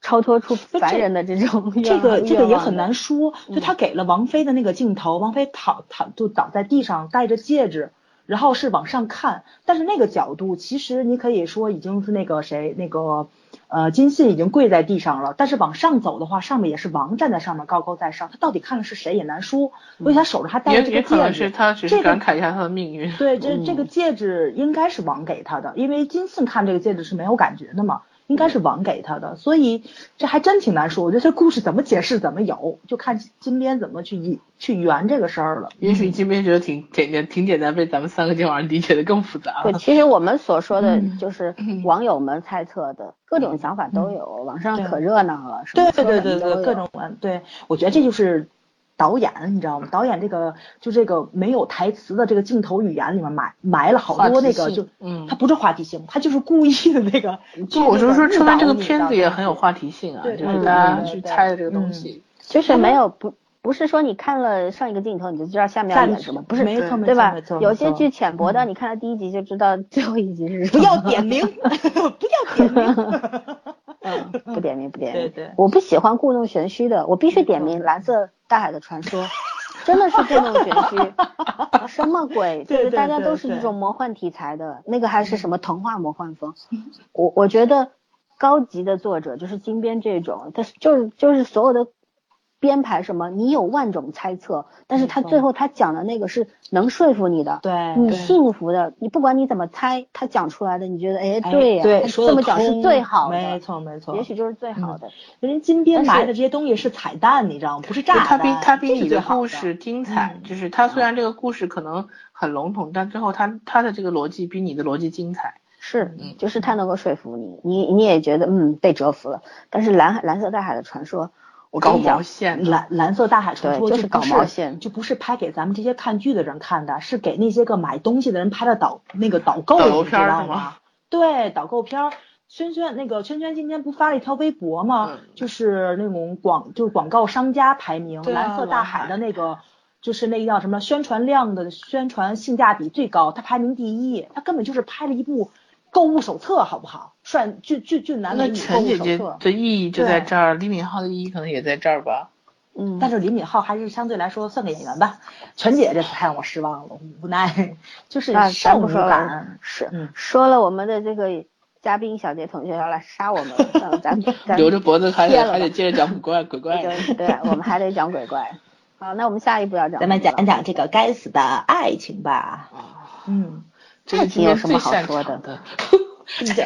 超脱出这凡人的这种这个愿这个愿也望很的难说，就嗯他给了王菲的那个镜头，王菲躺躺就倒在地上，戴着戒指，然后是往上看，但是那个角度其实你可以说已经是那个谁那个呃金信已经跪在地上了，但是往上走的话，上面也是王站在上面高高在上，他到底看的是谁也难说，因为他手上还戴嗯也着这也个可能戒是指。他只这是个感慨一下他的命运。嗯对，这这个戒指应该是王给他的，因为金信看这个戒指是没有感觉的嘛，应该是王给他的，所以这还真挺难说。我觉得这故事怎么解释怎么有，就看金边怎么去以去圆这个事儿了。嗯也许金边觉得挺简单，挺简单，被咱们三个今晚上理解的更复杂对，了。其实我们所说的啊嗯就是网友们猜测的，各种想法都有，网上可热闹了，什么对说对什对么对都，各有种嗯，对我觉得这就是导演，你知道吗？导演这个就这个没有台词的这个镜头语言里面埋埋了好多那个话题性就。嗯他，不是话题性，他就是故意的那个。就我就是说，春春兰兰这个片子也很有话题性啊，对就对是嗯对大家对去对猜的这个东嗯西。就是没有不不是说你看了上一个镜头你就知道下面要下演什么，不是没错没对错吧没错？有没些错嗯剧浅薄的，你看了第一集就知道最后一集是什不么。要 [LAUGHS] 点名，不要点名。嗯，不点名不点名。对对我不喜欢故弄玄虚的，我必须点名《蓝色大海的传说》，真的是故弄玄 [LAUGHS] 虚，什么鬼？就对是对大家对都是对嗯这种魔幻题材的，那个还是什么童话魔幻风。我我觉得高级的作者就是金边这种，他就是就是所有的。编排什么？你有万种猜测，但是他没错最后他讲的那个是能说服你的， [LAUGHS] [LAUGHS] 对你哎对信服的。你不管你怎么猜，他讲出来的，你觉得哎，哎对呀、对，他说这得么讲是通最好的，没错没错。嗯也许就是最好的。人家金边但是埋的这些东西是彩蛋，你知道吗？不是炸对弹。它比它比这是你最的好故事精彩，嗯就是它虽然这个故事可能很笼统，但最后它它的这个逻辑比你的逻辑精彩。是，嗯就是他能够说服你，你你也觉得嗯被折服了。但是蓝蓝色大海的传说，我跟搞你讲毛，线的，蓝蓝色大海传对说就就是不搞毛线就不是拍给咱们这些看剧的人看的，是给那些个买东西的人拍的导那个导购，导购你知片儿道是吗？对，导购片儿。轩轩那个圈圈今天不发了一条微博吗？嗯就是那种广就是广告商家排名，对啊蓝色大海的那个就是那个叫什么宣传量的宣传性价比最高，它排名第一，它根本就是拍了一部购物手册，好不好？算俊俊俊男美那女购陈物姐手姐册。的意义就在这儿，李敏镐的意义可能也在这儿吧。嗯，但是李敏镐还是相对来说算个演员吧，全姐这次太让我失望了，无奈就是那少咱不女说了感，，是、嗯说了我们的这个嘉宾小杰同学要来杀我们了，算了， [LAUGHS] 咱咱留着脖子还歇得了吧还得接着讲古怪鬼 [LAUGHS] 怪。对对，我们还得讲鬼怪。好，那我们下一步要讲咱们什么讲了讲这个该死的爱情吧。啊嗯，这个爱情今天有什么最好擅说长的的？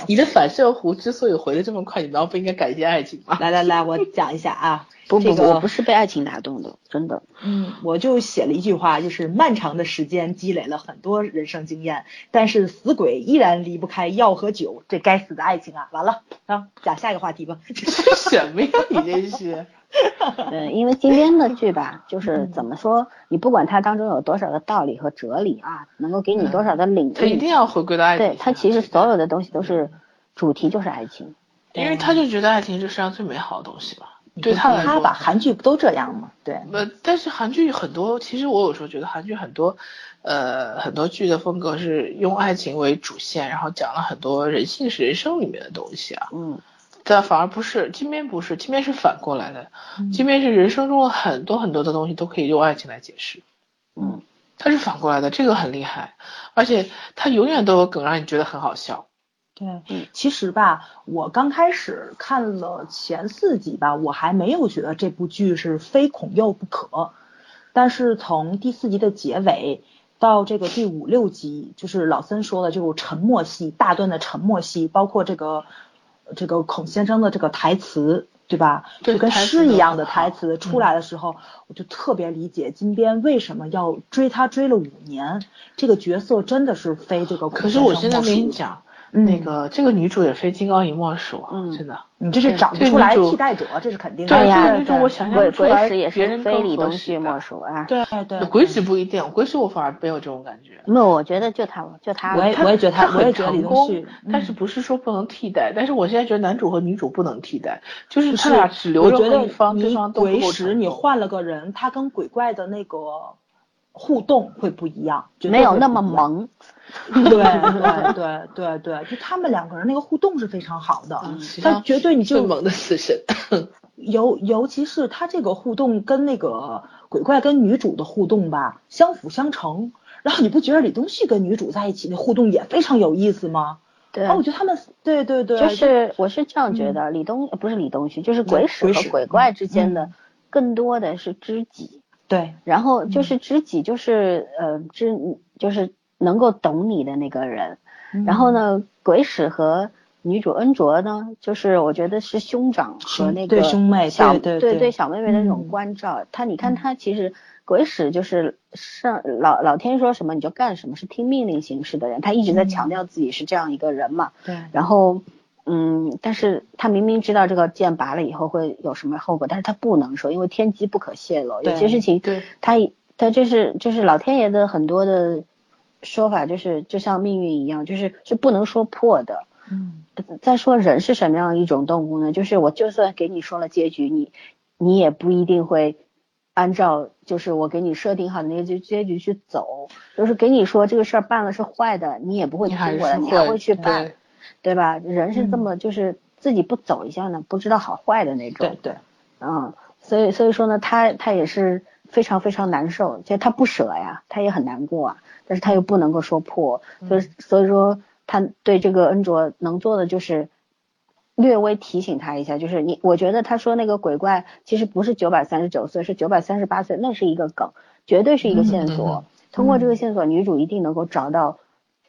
你的反射弧之所以回的这么快，你难道不应该感谢爱情吗？ [LAUGHS] 来来来，我讲一下啊， [LAUGHS] 不不这不，个我不是被爱情打动的，真的。嗯，我就写了一句话，就是漫长的时间积累了很多人生经验，但是死鬼依然离不开药和酒，这该死的爱情啊！完了啊，讲下一个话题吧。 [LAUGHS] 这是什么呀？你这是？嗯，因为金边的剧吧，就是嗯怎么说，你不管它当中有多少的道理和哲理啊，能够给你多少的领嗯他一悟定要回归到爱情。啊对他其实所有的东西都是主题就是爱情，因为他就觉得爱情是世上最美好的东西嘛，对他嗯来他说。吧，韩剧不都这样吗？对，呃，但是韩剧很多，其实我有时候觉得韩剧很多，呃，很多剧的风格是用爱情为主线，然后讲了很多人性是人生里面的东西啊，嗯，但反而不是金边不是金边是反过来的，嗯金边是人生中的很多很多的东西都可以用爱情来解释，嗯，它是反过来的，这个很厉害，而且它永远都有梗让你觉得很好笑，嗯对，其实吧，我刚开始看了前四集吧，我还没有觉得这部剧是非孔佑不可，但是从第四集的结尾到这个第五六集，就是老森说的这种沉默戏，大段的沉默戏，包括这个这个孔先生的这个台词，对吧？对就跟台词诗一样的都很台词出来的时候，我就特别理解金边为什么要追他追了五年，这个角色真的是非这个孔可先是生我现在莫跟属你讲，嗯那个这个女主也非金刚一莫属，嗯真的。你这是找不这出来女主替代者，这是肯定的。对哎呀这个女主我想象鬼不出来鬼使也别是人非更李合东适旭的莫属啊。对对，鬼嗯使不一定，鬼使我反而没有这种感觉。没有，我觉得就他，就他我也哎我也觉得他他，我也很觉得李成东功旭，，嗯但是不是说不能替代？但是我现在觉得男主和女主不能替代，就是不他是俩只留我任觉何得一方，对你方都不鬼够使成你功换了个人，他跟鬼怪的那个互动会不一样，绝对没有会那不么一样。萌。对对对对对，就他们两个人那个互动是非常好的，嗯其他他绝对你最就猛的死神，尤尤其是他这个互动跟那个鬼怪跟女主的互动吧，相辅相成。然后你不觉得李东旭跟女主在一起那互动也非常有意思吗？对啊，我觉得他们对对对，就是我是这样嗯觉得，李东呃不是李东旭，就是鬼使鬼和使鬼怪之间嗯的更多的是知己，对然后嗯就是知己，就是呃知就是能够懂你的那个人。嗯然后呢，鬼使和女主恩卓呢，就是我觉得是兄长和兄那对个兄妹小对对对对小妹妹的那种嗯关照。他你看他其实鬼使就是上老老天说什么你就干什么，是听命令行事的人。他一直在嗯强调自己是这样一个人嘛。对然后，嗯，但是他明明知道这个剑拔了以后会有什么后果，但是他不能说，因为天机不可泄露，有些对事情 [LAUGHS] 对他他这是就是老天爷的很多的说法，就是就像命运一样，就是是不能说破的。嗯再说人是什么样一种动物呢？就是我就算给你说了结局，你你也不一定会按照就是我给你设定好的那个结结局去走。就是给你说这个事儿办了是坏的，你也不会你听还是我的，你还会会去办。对嗯对吧？人是这么就是自己不走一下呢，不知道好坏的那对种。对，嗯，所以所以说呢，他他也是非常非常难受，就他不舍呀，他也很难过啊，但是他又不能够说破，嗯所以所以说他对这个恩卓能做的就是。略微提醒他一下，就是你，我觉得他说那个鬼怪其实不是九百三十九岁，是九百三十八岁，那是一个梗，绝对是一个线索。嗯通过这个线索，女主一定能够找到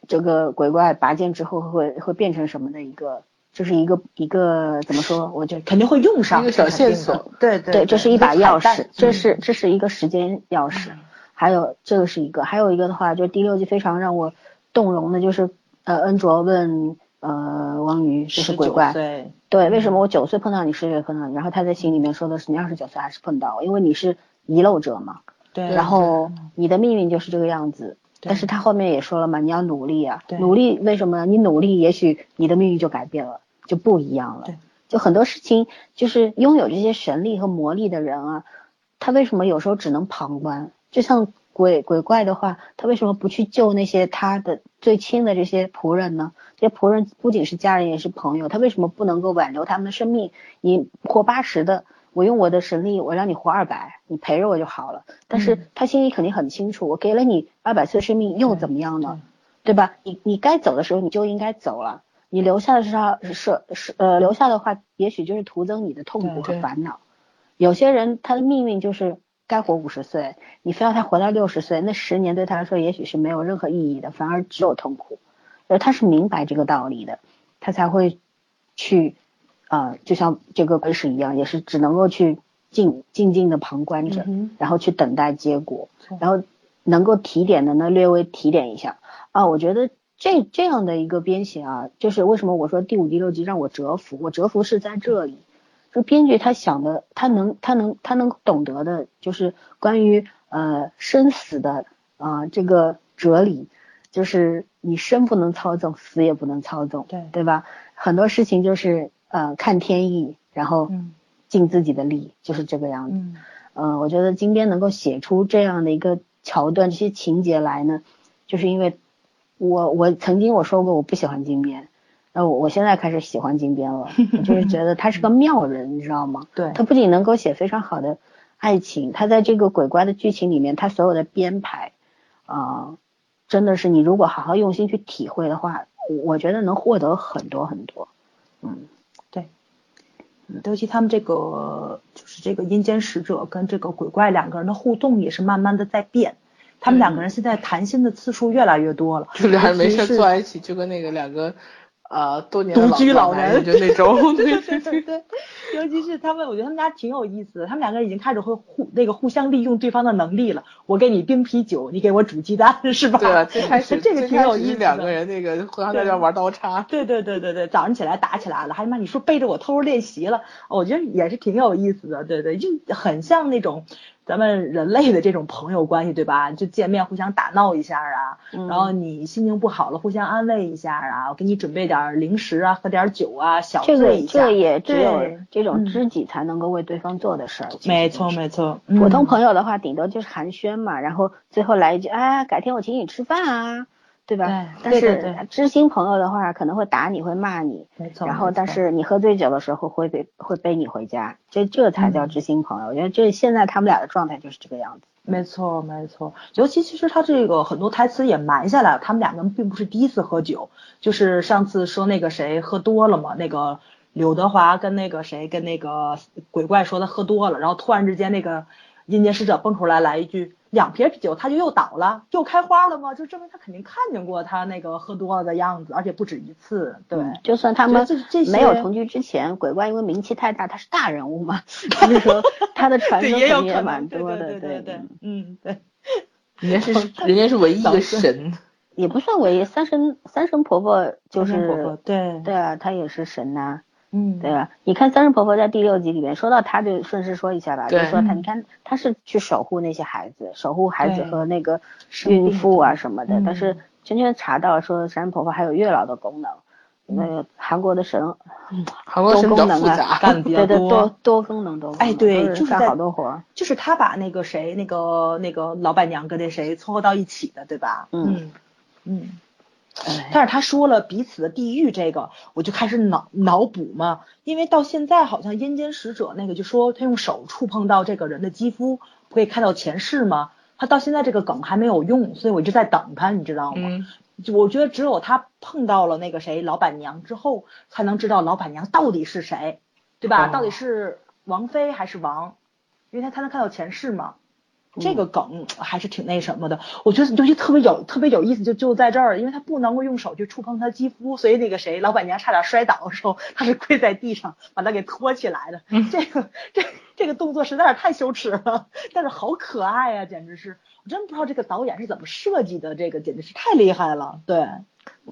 这个鬼怪拔剑之后会会变成什么的一个，就是一个一个怎么说？我就肯定会用上一个小这肯定线索的，对对嗯对，这是一把个彩钥蛋匙，这是这是一个时间钥匙，嗯还有这个是一个，还有一个的话，就第六季非常让我动容的，就是呃，恩卓问呃王宇就是19鬼怪，岁嗯对，为什么我九岁碰到你，十岁碰到你？然后他在心里面说的是你二十九岁还是碰到我，因为你是遗漏者嘛，对，然后你的命运就是这个样子。对但是他后面也说了嘛，你要努力啊，对努力为什么呢？你努力，也许你的命运就改变了，就不一样了对。就很多事情，就是拥有这些神力和魔力的人啊，他为什么有时候只能旁观？就像鬼鬼怪的话，他为什么不去救那些他的最亲的这些仆人呢？这些仆人不仅是家人，也是朋友，他为什么不能够挽留他们的生命？你活八十的，我用我的神力，我让你活二百，你陪着我就好了。但嗯是他心里肯定很清楚，我给了你二百岁生命又怎么样呢？对吧？你你该走的时候你就应该走了，你留下的是他是是呃留下的话，也许就是徒增你的痛苦对和对烦恼。有些人他的命运就是该活五十岁，你非要他活到六十岁，那十年对他来说也许是没有任何意义的，反而只有痛苦。而他是明白这个道理的，他才会去，呃，就像这个鬼使一样，也是只能够去静静静的旁观着，嗯然后去等待结果，然后能够提点的呢，略微提点一下啊。我觉得这这样的一个编写啊，就是为什么我说第五、第六集让我折服，我折服是在这里，就编剧他想的，他能他能他能懂得的，就是关于呃生死的啊、呃这个哲理，就是你生不能操纵，死也不能操纵，对对吧？很多事情就是呃看天意，然后嗯尽自己的力，就是这个样子。嗯嗯、我觉得金边能够写出这样的一个桥段、这些情节来呢，就是因为我我曾经我说过我不喜欢金边，然后我我现在开始喜欢金 [LAUGHS] 边了，我就是觉得他是个妙人，你知道吗？对他不仅能够写非常好的爱情，他在这个鬼怪的剧情里面，他所有的编排啊、真的是你如果好好用心去体会的话，我我觉得能获得很多很多。对，嗯尤其他们这个就是这个阴间使者跟这个鬼怪两个人的互动也是慢慢的在变，他们两个人现在谈心的次数越来越多了， [LAUGHS] 就俩人没尤事其是坐在一起，就跟那个两个呃多年独居老老人就 [LAUGHS] 那种，对对对对，尤其是他们，我觉得他们家挺有意思的，他们两个人已经开始会互那个互相利用对方的能力了。我给你冰啤酒，你给我煮鸡蛋，是吧？对啊，最开始哎 [LAUGHS] 这个最挺开有始意是思两的个人 [LAUGHS] 那个互相在对那玩刀叉，对对对对对，早上起来打起来了，还他妈你说背着我偷偷练习了，我觉得也是挺有意思的，对对，就很像那种咱们人类的这种朋友关系，对吧？就见面互相打闹一下啊，嗯然后你心情不好了互相安慰一下啊，我给你准备点零食啊，喝点酒啊，小这醉个一这下。个也只有对这嗯种知己才能够为对方做的事儿。其实没就错是没错，嗯普通友朋友的话，顶多就是寒暄嘛，然后最后来一句，哎，改天我请你吃饭啊，对吧？对但对对对是知心朋友的话，可能会打你，会骂你，没错，然后没错但是你喝醉酒的时候会被会背你回家，这这才嗯叫知心朋友。我觉得这现在他们俩的状态就是这个样子。没错，没错。尤其其实他这个很多台词也埋下来了，他们两个人并不是第一次喝酒，就是上次说那个谁喝多了嘛，那个刘德华跟那个谁跟那个鬼怪说他喝多了，然后突然之间那个阴间使者蹦出来来一句两瓶啤酒他就又倒了，又开花了吗？就证明他肯定看见过他那个喝多了的样子，而且不止一次。对，嗯就算他们所以这这没有些同居之前，鬼怪因为名气太大，他是大人物嘛，所 [LAUGHS] 以说他的传对说也有肯定可也能，蛮对多对的，对对对嗯，嗯对。人家是 [LAUGHS] 人家是唯一一老个师神，也不算唯一。三神三神婆婆就三是神婆婆对对啊，她也是神呐、嗯，对啊 [LAUGHS] 吧？你看《三世婆婆》在第六集里面说到她，就顺势说一下吧，就对说她，嗯你看她是去守护那些孩子，守护孩子对和那个生孕病妇的啊什么的。嗯但是圈圈查到说，三世婆婆还有月老的功能，嗯那个韩国的神韩国多神比较功能复啊，杂，干得比较对对多多多功能多功能，哎对都就是干在好多 [SNIFFS] 活儿。就是他把那个谁，那个那个老板娘跟那谁撮合到一起的，对吧？嗯嗯。哎但是他说了彼此的地狱这个，我就开始脑脑补嘛，因为到现在好像阴间使者那个就说他用手触碰到这个人的肌肤，不可以看到前世吗？他到现在这个梗还没有用，所以我一直在等他，你知道吗？嗯，就我觉得只有他碰到了那个谁老板娘之后，才能知道老板娘到底是谁，对吧？哦到底是王妃还是王？因为他才能看到前世嘛。这个梗还是挺那什么的，我觉得尤其特别有特别有意思，就就在这儿，因为他不能够用手去触碰他肌肤，所以那个谁老板娘差点摔倒的时候，他是跪在地上把他给托起来的。这个这这个动作实在是太羞耻了，但是好可爱啊，简直是我真不知道这个导演是怎么设计的，这个简直是太厉害了。对，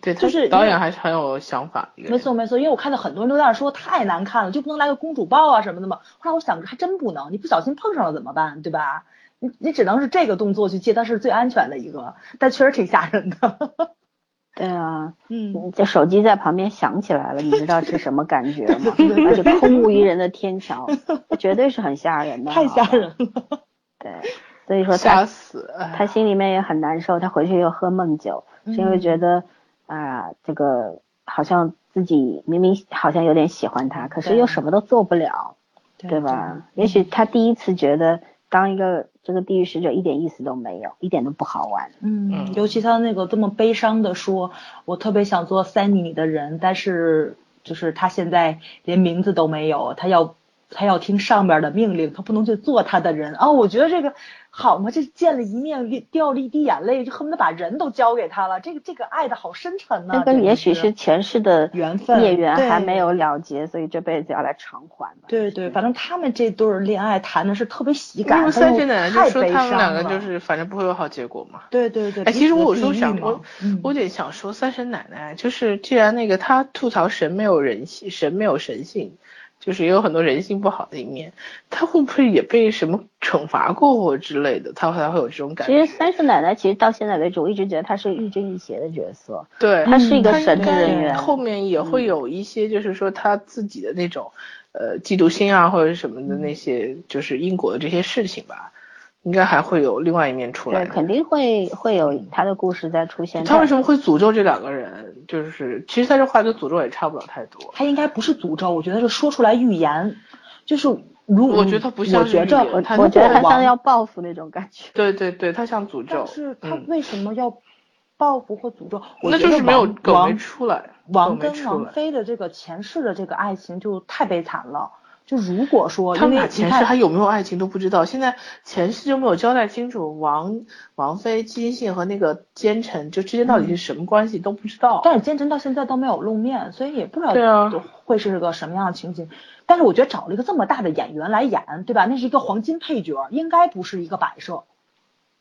对，就他是导因为演还是很有想法，一个人没错没错，因为我看到很多人都在那说太难看了，就不能来个公主抱啊什么的吗？后来我想着还真不能，你不小心碰上了怎么办，对吧？你你只能是这个动作去接，它是最安全的一个，但确实挺吓人的。 [LAUGHS] 对啊，嗯，这手机在旁边响起来了，你知道是什么感觉吗？而 [LAUGHS] 且空无一人的天桥，绝对是很吓人的，太吓好吧人了。对，所以说吓他死，哎他心里面也很难受，他回去又喝闷酒，是因为嗯觉得啊、这个好像自己明明好像有点喜欢他，可是对又什么都做不了，对吧？也许他第一次觉得当一个这个地狱使者一点意思都没有，一点都不好玩。嗯，嗯尤其他那个这么悲伤的说，我特别想做 Sunny 你的人，但是就是他现在连名字都没有，他要他要听上边的命令，他不能去做他的人啊、我觉得这个好嘛，这见了一面掉了一滴眼泪，就恨不得把人都交给他了，这个这个爱的好深沉呐、那个简直也许是前世的缘分孽缘还对没有了结，所以这辈子要来偿还吧。对对，反正他们这对儿恋爱谈的是特别喜那感，么但三是十奶奶太就说悲他们伤两个了就是反正不会有好结果嘛。对对对。哎，彼其实此的我有地时候狱想，嘛我嗯我有点想说，三神奶奶就是，既然那个她吐槽神没有人性，神没有神性，就是也有很多人性不好的一面，她会不会也被什么惩罚过或之类的，她才会有这种感其实觉？三世奶奶其实到现在为止，我一直觉得她是亦正亦邪的角色，对，嗯她是一个她应神职该人员。嗯后面也会有一些，就是说她自己的那种，呃，嫉妒心啊或者什么的嗯那些，就是因果的这些事情吧，应该还会有另外一面出来对，的。肯定会会嗯有他的故事在出现。他为但什么会诅咒这两个人？就是其实他这话跟诅咒也差不了太多。他应该不是诅咒，我觉得是说出来预言，就是如嗯我觉得他不像我觉是预言着他我嗯觉得他如果像王要报复那种感 [LAUGHS] 觉。对对对，他像诅咒但是，他嗯，为什么要报复或诅咒？我那觉就得是没有王梗没王出来，王梗没跟出王来。妃的这个前世的这个爱情就太悲惨了。就如果说，哦他因们为俩你前世看还有没有爱情都不知道，现在前世就没有交代清楚王王妃金信和那个奸臣就之间到底是什么关系都不知道。但是奸臣到现在都没有露面，所以也不知对啊道会是个什么样的情景。但是我觉得找了一个这么大的演员来演，对吧？那是一个黄金配角，应该不是一个摆设，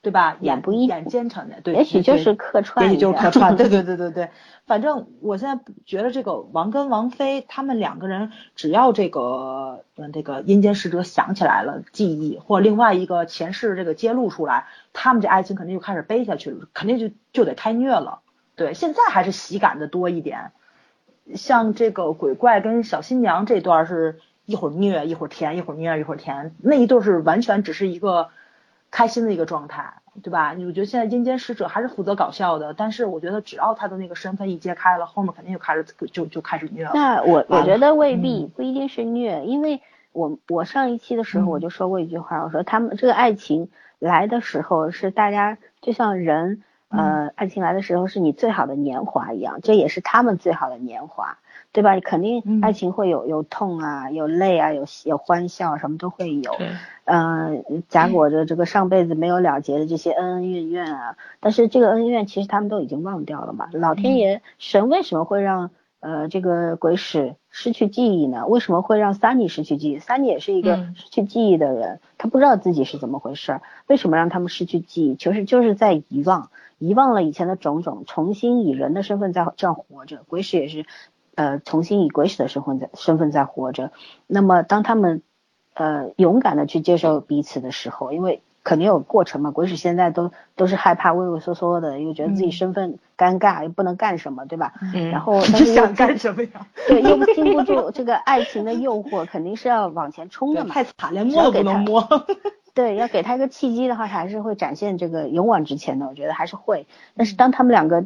对吧？也演不一演奸臣的，对，也许就是客串也许一下，就是客串，对对对 [LAUGHS] 对对。反正我现在觉得这个王跟王菲他们两个人，只要这个嗯这个阴间使者想起来了记忆，或另外一个前世这个揭露出来，他们这爱情肯定就开始背下去了，肯定就就得开虐了。对，现在还是喜感的多一点。像这个鬼怪跟小新娘这段是一会儿虐一会儿甜，一会儿虐一会儿甜，那一对是完全只是一个开心的一个状态，对吧？我觉得现在阴间使者还是负责搞笑的，但是我觉得只要他的那个身份一揭开了，后面肯定就开始就就开始虐了。那我完我了觉得未必、嗯不一定是虐，因为我我上一期的时候嗯我就说过一句话，我说他们这个爱情来的时候是大家就像人，嗯呃，爱情来的时候是你最好的年华一样，这也是他们最好的年华，对吧？肯定嗯爱情会有、有痛啊，有泪啊，有有欢笑啊，什么都会有。对，嗯、夹裹着这个上辈子没有了结的这些恩恩怨怨啊，但是这个恩怨其实他们都已经忘掉了嘛。老天爷神为什么会让呃这个鬼使失去记忆呢？为什么会让 Sunny 失去记忆？Sunny 也是一个嗯失去记忆的人，他不知道自己是怎么回事儿，为什么让他们失去记忆？就是就是在遗忘，遗忘了以前的种种，重新以人的身份在这样活着。鬼使也是，呃，重新以鬼使的身份在身份在活着。那么当他们呃勇敢的去接受彼此的时候，因为肯定有过程嘛，鬼使现在都都是害怕畏畏缩缩的，又觉得自己嗯身份尴尬，又不能干什么，对吧？嗯 [LAUGHS] 然后但是又干什么呀？对又经不住这个爱情的诱惑，肯定是要往前冲的嘛。太惨，连摸都不能摸。 [LAUGHS] 对，要给他一个契机的话，还是会展现这个勇往直前的，我觉得还是会。但是当他们两个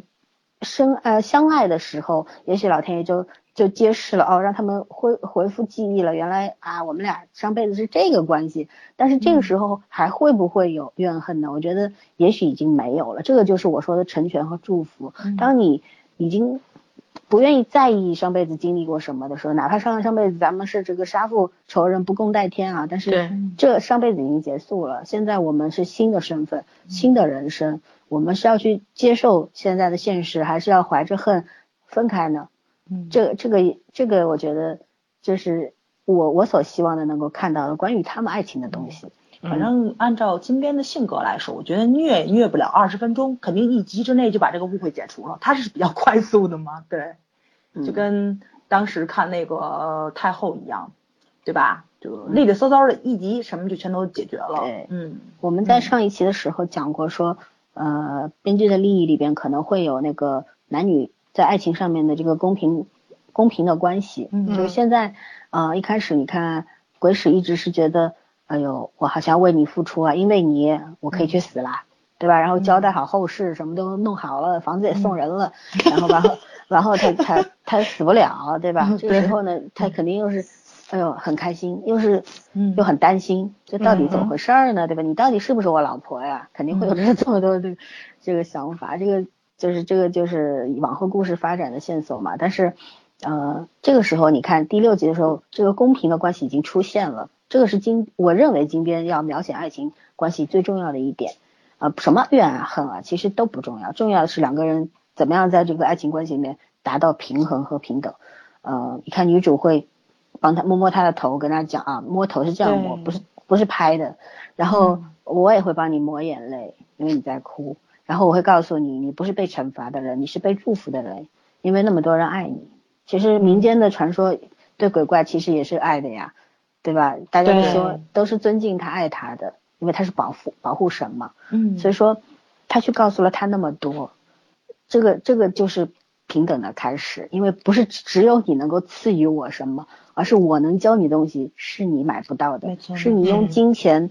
深呃相爱的时候，也许老天爷就就揭示了哦，让他们恢恢复记忆了，原来啊我们俩上辈子是这个关系。但是这个时候还会不会有怨恨呢？我觉得也许已经没有了。这个就是我说的成全和祝福。嗯当你已经不愿意在意上辈子经历过什么的时候，哪怕上上辈子咱们是这个杀父仇人不共戴天啊，但是对这上辈子已经结束了，现在我们是新的身份、新的人生，我们是要去接受现在的现实，还是要怀着恨分开呢？这个这个这个，我觉得这是我我所希望的能够看到的关于他们爱情的东西。反正按照金边的性格来说，我觉得虐也虐不了二十分钟，肯定一集之内就把这个误会解除了。他是比较 [LAUGHS] 快速的嘛，对，嗯就跟当时看那个、呃太后一样，对吧？呃就利利索索的一集什么就全都解决了。对嗯，我们在上一期的时候讲过说，呃，编剧的利益里边可能会有那个男女在爱情上面的这个公平公平的关系。嗯就是现在，呃，一开始你看鬼使一直是觉得，哎呦，我好像为你付出啊，因为你我嗯可以去死啦。对吧？然后交代好后事，什么都弄好了，房子也嗯送人了，然 [LAUGHS] 后然后然后他他他死不了，对吧？嗯这个时对候呢，他肯定又是，哎呦，很开心，又是嗯又很担心，这到底怎么嗯回事儿呢？对吧？你到底是不是我老婆呀？肯定会有这这么多的这个想法，这个就是这个就是往后故事发展的线索嘛。但是，呃，这个时候你看第六集的时候，这个公平的关系已经出现了，这个是金我认为金边要描写爱情关系最重要的一点。呃，什么怨啊恨啊，其实都不重要，重要的是两个人怎么样在这个爱情关系里面达到平衡和平等。呃，你看女主会帮他摸摸他的头，跟他讲啊，摸头是这样摸，对嗯不是不是拍的。然后我也会帮你抹眼泪，因为你在哭。然后我会告诉你，你不是被惩罚的人，你是被祝福的人，因为那么多人爱你。其实民间的传说对鬼怪其实也是爱的呀，对吧？大家都对说都是尊敬他、爱他的，因为他是保护保护神嘛。嗯所以说，他去告诉了他那么多，这个这个就是平等的开始，因为不是只只有你能够赐予我什么，而是我能教你东西是你买不到的没，错是你用嗯金钱、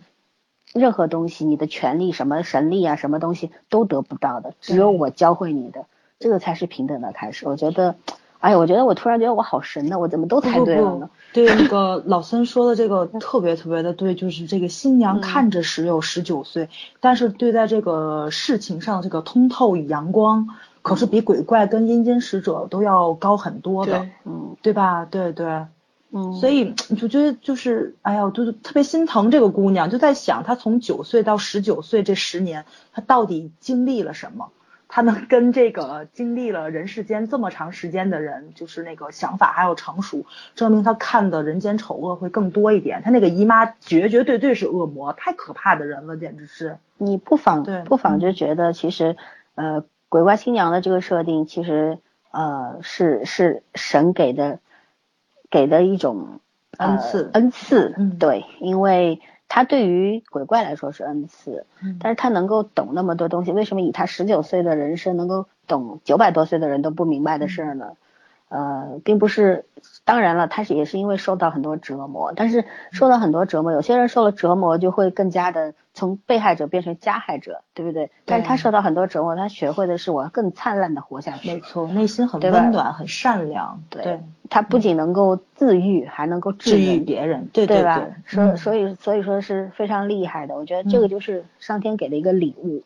任何东西，你的权利、什么神力啊、什么东西都得不到的，只有我教会你的，这个才是平等的开始。我觉得，哎呀，我觉得我突然觉得我好神呐，我怎么都猜不对了不呢不？，对那个老森说的这 [LAUGHS] 个特别特别的对，就是这个新娘嗯看着只有十九岁，但是对待这个事情上这个通透与阳光，可嗯是比鬼怪跟阴间使者都要高很多的，对嗯，对吧？对对，嗯，所以你就觉得就是，哎呀，我就特别心疼这个姑娘，就在想她从九岁到十九岁这十年，她到底经历了什么？她能跟这个经历了人世间这么长时间的人，就是那个想法还有成熟，证明她看的人间丑恶会更多一点。她那个姨妈绝绝对对是恶魔，太可怕的人了，简直是。你不妨对嗯不妨就觉得，其实，呃，鬼怪新娘的这个设定，其实呃是是神给的给的一种呃恩赐恩赐，嗯对，因为他对于鬼怪来说是恩赐，但是他能够懂那么多东西，为什么以他十九岁的人生能够懂九百多岁的人都不明白的事儿呢？呃，并不是，当然了，他是也是因为受到很多折磨，但是受到很多折磨，有些人受了折磨就会更加的从被害者变成加害者，对不对？但是他受到很多折磨，他学会的是我要更灿烂的活下没去。错，内心很对吧温暖，很善良，对，嗯他不仅能够自愈，还能够治治愈愈，别人，对对对吧？所嗯所以所以说是非常厉害的，我觉得这个就是上天给的一个礼物。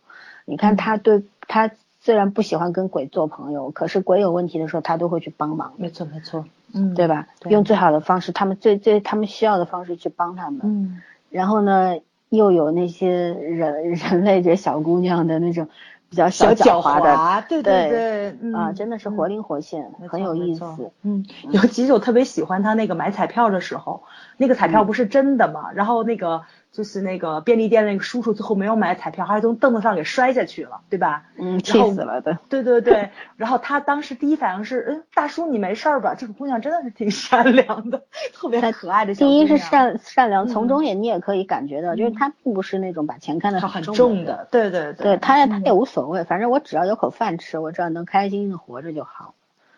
你嗯看他对他虽然不喜欢跟鬼做朋友，可是鬼有问题的时候，他都会去帮忙，没错没错，嗯，对？吧？对用最好的方式，他们最最他们需要的方式去帮他们。嗯，然后呢，又有那些人 [LAUGHS] 人类这小姑娘的那种比较小狡猾的啊、猾，对对啊对，嗯真的是嗯活灵活现，没错很有意没错思。嗯，尤其是我特别喜欢他那个买彩票的时候，那个彩票不嗯是真的嘛，然后那个就是那个便利店那个叔叔最后没有买彩票，还是从凳子上给摔下去了，对吧？嗯，气然后死了的。对对 [LAUGHS] 对，然后他当时第一反应是，嗯，大叔你没事儿吧？这个姑娘真的是挺善良的，特别可爱的小姑第娘。一是善善嗯良，从中也你也可以感觉到，就是嗯他并不是那种把钱看得她很重重的人。的，对对对他也他嗯也无所谓，反正我只要有口饭吃，我只要能开开心心的活着就好。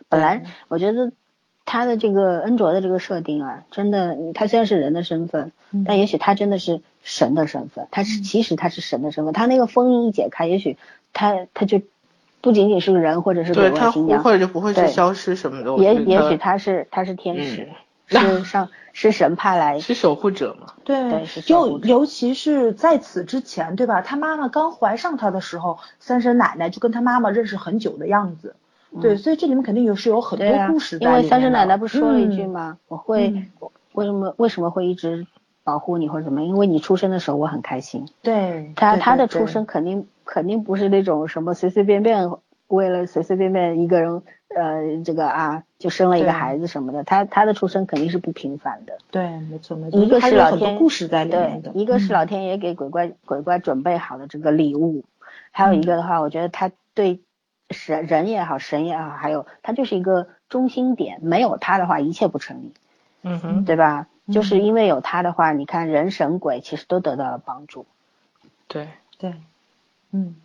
本来对我觉得他的这个恩卓的这个设定啊，真的，他虽然是人的身份，嗯但也许他真的是神的身份，他是其实他是神的身份，他那个封印一解开，也许他他就不仅仅是个人或者是对鬼他怪新忽娘或，者就不会去对消失什么的。我也觉得也许他是他是嗯 [LAUGHS] 天使，是上是神派来，是守护者嘛，对对是照尤顾者尤其是在此之前，对吧？他妈妈刚怀上他的时候，三婶奶奶就跟他妈妈认识很久的样子。对，所以这里面肯定有是有很嗯对多啊故事在因里面的、为三婶奶奶不是说了一句嗯吗？我会、嗯我为什么为什么会一直保护你或者怎么样？因为你出生的时候我很开心。对，他对他对的出对身肯定肯定不是那种什么随随便便为了随随便便一个人呃这个啊就生了一个对孩子什么的，他他的出生肯定是不平凡的。对，没错没错，一个还是有老很多天故事在里对面的，，一个是嗯老天爷给鬼怪鬼怪准备好的这个礼物，还嗯有一个的话，我觉得他对神人也好，神也好，还有他就是一个中心点，没有他的话，一切不成立，嗯哼，对吧？就是嗯因为有他的话，你看人神鬼其实都得到了帮助。对，对，嗯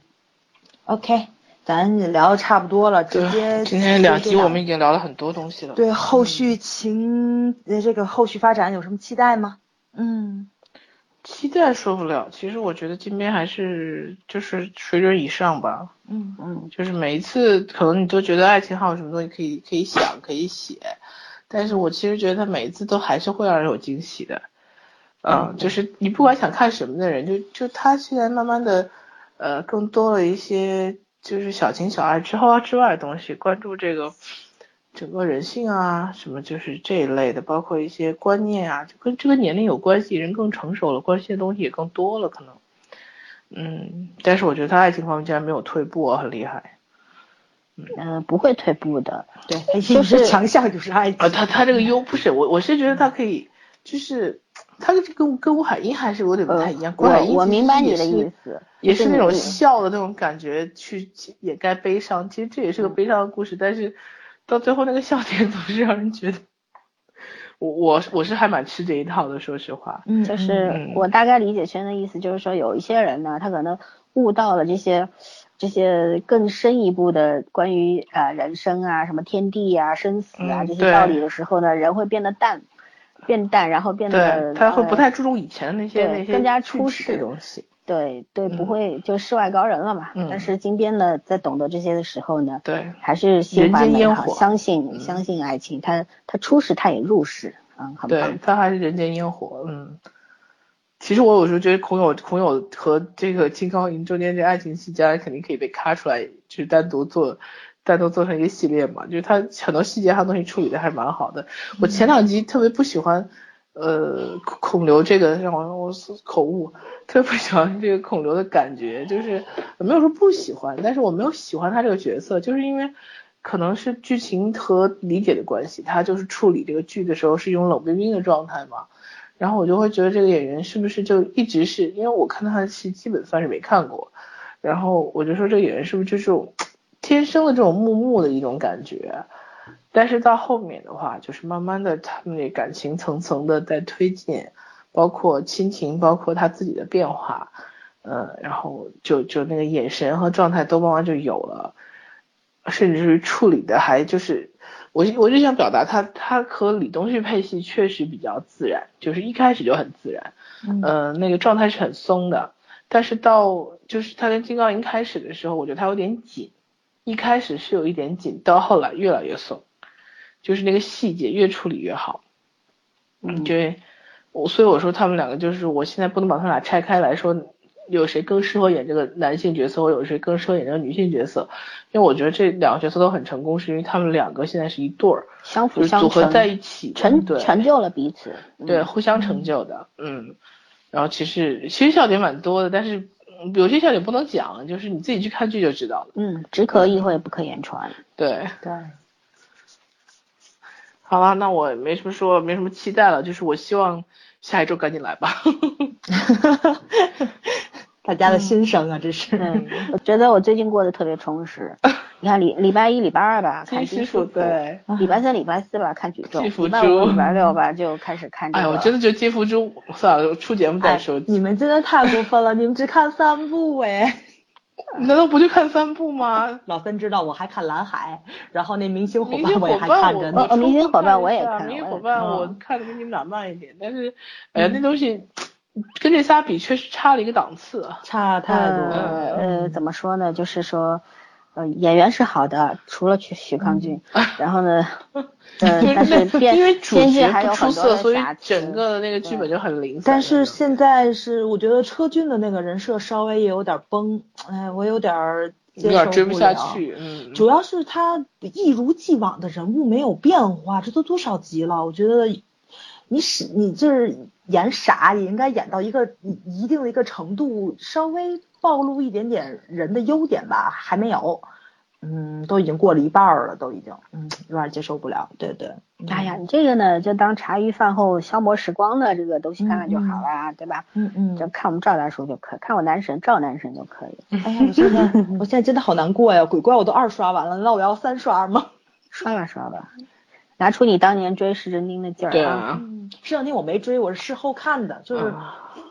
，OK，咱也聊的差不多了，直接对，今天两集我们直已经聊了很多东西了。接就对后续情呃这个后续发展有什么期待吗？嗯，期待说不了，其实我觉得金边还是就是水准以上吧，嗯嗯，就是每一次可能你都觉得爱情还有什么东西可以可以想可以写，但是我其实觉得他每一次都还是会让人有惊喜的，嗯，就是你不管想看什么的人，就就他现在慢慢的，呃，更多了一些就是小情小爱之后之外的东西，关注这个整个人性啊，什么就是这一类的，包括一些观念啊，就跟这个年龄有关系，人更成熟了，关心的东西也更多了，可能。嗯，但是我觉得他爱情方面竟然没有退步啊，很厉害呃，不会退步的。对，他一就直是强项就是爱啊！情，他他这个优不是我，我是觉得他可以，就是他跟跟吴海英还是有点不太一呃我样。郭海英我其实明白也你的是意思，也就是那你种你笑的那种感觉去掩盖悲伤，其实这也是个嗯悲伤的故事，但是到最后那个笑点总是让人觉得，我我我是还蛮吃这一套的，说实话。嗯就嗯是我大概理解轩的意思，就是说有一些人呢，他可能悟到了这些这些更深一步的关于呃人生啊、什么天地啊、生死啊嗯这些对道理的时候呢，人会变得淡，变淡，然后变对得，他会不呃太注重以前的那些对那些更加具出体的世东西。对对，不嗯会就世外高人了嘛。嗯但是金边呢，在懂得这些的时候呢，对，还是心人怀间美烟好，火嗯相信相信爱情，他他出世，他也入世，嗯，很对棒。他还是人间烟火，嗯。其实我有时候觉得孔友孔友和这个金高银中间这爱情戏，将来肯定可以被咔出来，就是单独做单独做成一个系列嘛，就是它很多细节上东西处理的还是蛮好的。我前嗯两集特别不喜欢，呃，孔孔刘这个让我我口误，特别不喜欢这个孔刘的感觉，就是我没有说不喜欢，但是我没有喜欢他这个角色，就是因为可能是剧情和理解的关系，他就是处理这个剧的时候是一种冷冰冰的状态嘛。然后我就会觉得这个演员是不是就一直是因为我看他的戏基本算是没看过，然后我就说这个演员是不是就是有天生的这种木木的一种感觉，但是到后面的话，就是慢慢的他们的感情层层的在推进，包括亲情，包括他自己的变化，呃，然后就就那个眼神和状态都慢慢就有了，甚至于处理的还就是我我就想表达他，他和李东旭配戏确实比较自然，就是一开始就很自然，嗯、呃，那个状态是很松的。但是到就是他跟金高银开始的时候，我觉得他有点紧，一开始是有一点紧，到后来越来越松，就是那个细节越处理越好。嗯，对，我所以我说他们两个就是，我现在不能把他们俩拆开来说，有谁更适合演这个男性角色，或有谁更适合演这个女性角色，因为我觉得这两个角色都很成功，是因为他们两个现在是一对儿，相就辅是相组成，合在一起的，成对成就了彼此。嗯对，互相成就的，嗯。然后其实其实笑点蛮多的，但是嗯有些笑点不能讲，就是你自己去看剧就知道了。嗯，只可意会不可言 [LAUGHS] 传。对，对，好了，那我没什么说，没什么期待了，就是我希望下一周赶紧来吧。大家的心声啊，这是。 [LAUGHS] 对，我觉得我最近过得特别充 [LAUGHS] 实。你看礼礼拜一、礼拜二吧，看金金属属组对，礼拜三、礼拜四吧看举重，金福礼拜五、珠礼拜六吧哎就开始看这哎个。呀，我真的觉得金福珠算了，出节目再说。你们真的太过分了，你们只看三部哎。 [LAUGHS] 难道不去看三 [LAUGHS] 部吗？老三知道我还看《蓝海》，然后那明星伙明伴星我伙也还伴看我，着我呢。哦明星初步伙伴看我了一也下看嗯明星我伙也伴看我嗯看的比你们俩慢一点，但是哎呀，那东西跟这仨比确实差了一个档次。啊差太嗯多了。呃呃，怎么说呢？就是说，呃，演员是好的，除了许许康俊，然后 [LAUGHS] 呢，呃，但是编嗯因为主编剧角还不有出很多色，的所以瑕疵。整个的那个剧本就很零散。但是现在是，我觉得车俊的那个人设稍微也有点崩，哎，我有点儿有接点受追不不下了。去，嗯，主要是他一如既往的人物没有变化，这都多少集了？我觉得你是你就是演傻也应该演到一个一一定的一个程度，稍微暴露一点点人的优点吧，还没有。嗯，都已经过了一半儿了，都已经，嗯，有点接受不了。对对，嗯哎呀，，你这个呢，就当茶余饭后消磨时光的这个东西看看就好啦，对吧？嗯嗯，就看我们赵大叔就可以，看我男神赵男神就可以。哎呀，我现在我现在真的好难过呀！鬼怪我都二刷完了，难道我要三刷吗？刷吧刷吧，拿出你当年追《石真丁》的劲对儿啊！啊，嗯这两天我没追，我是事后看的，就是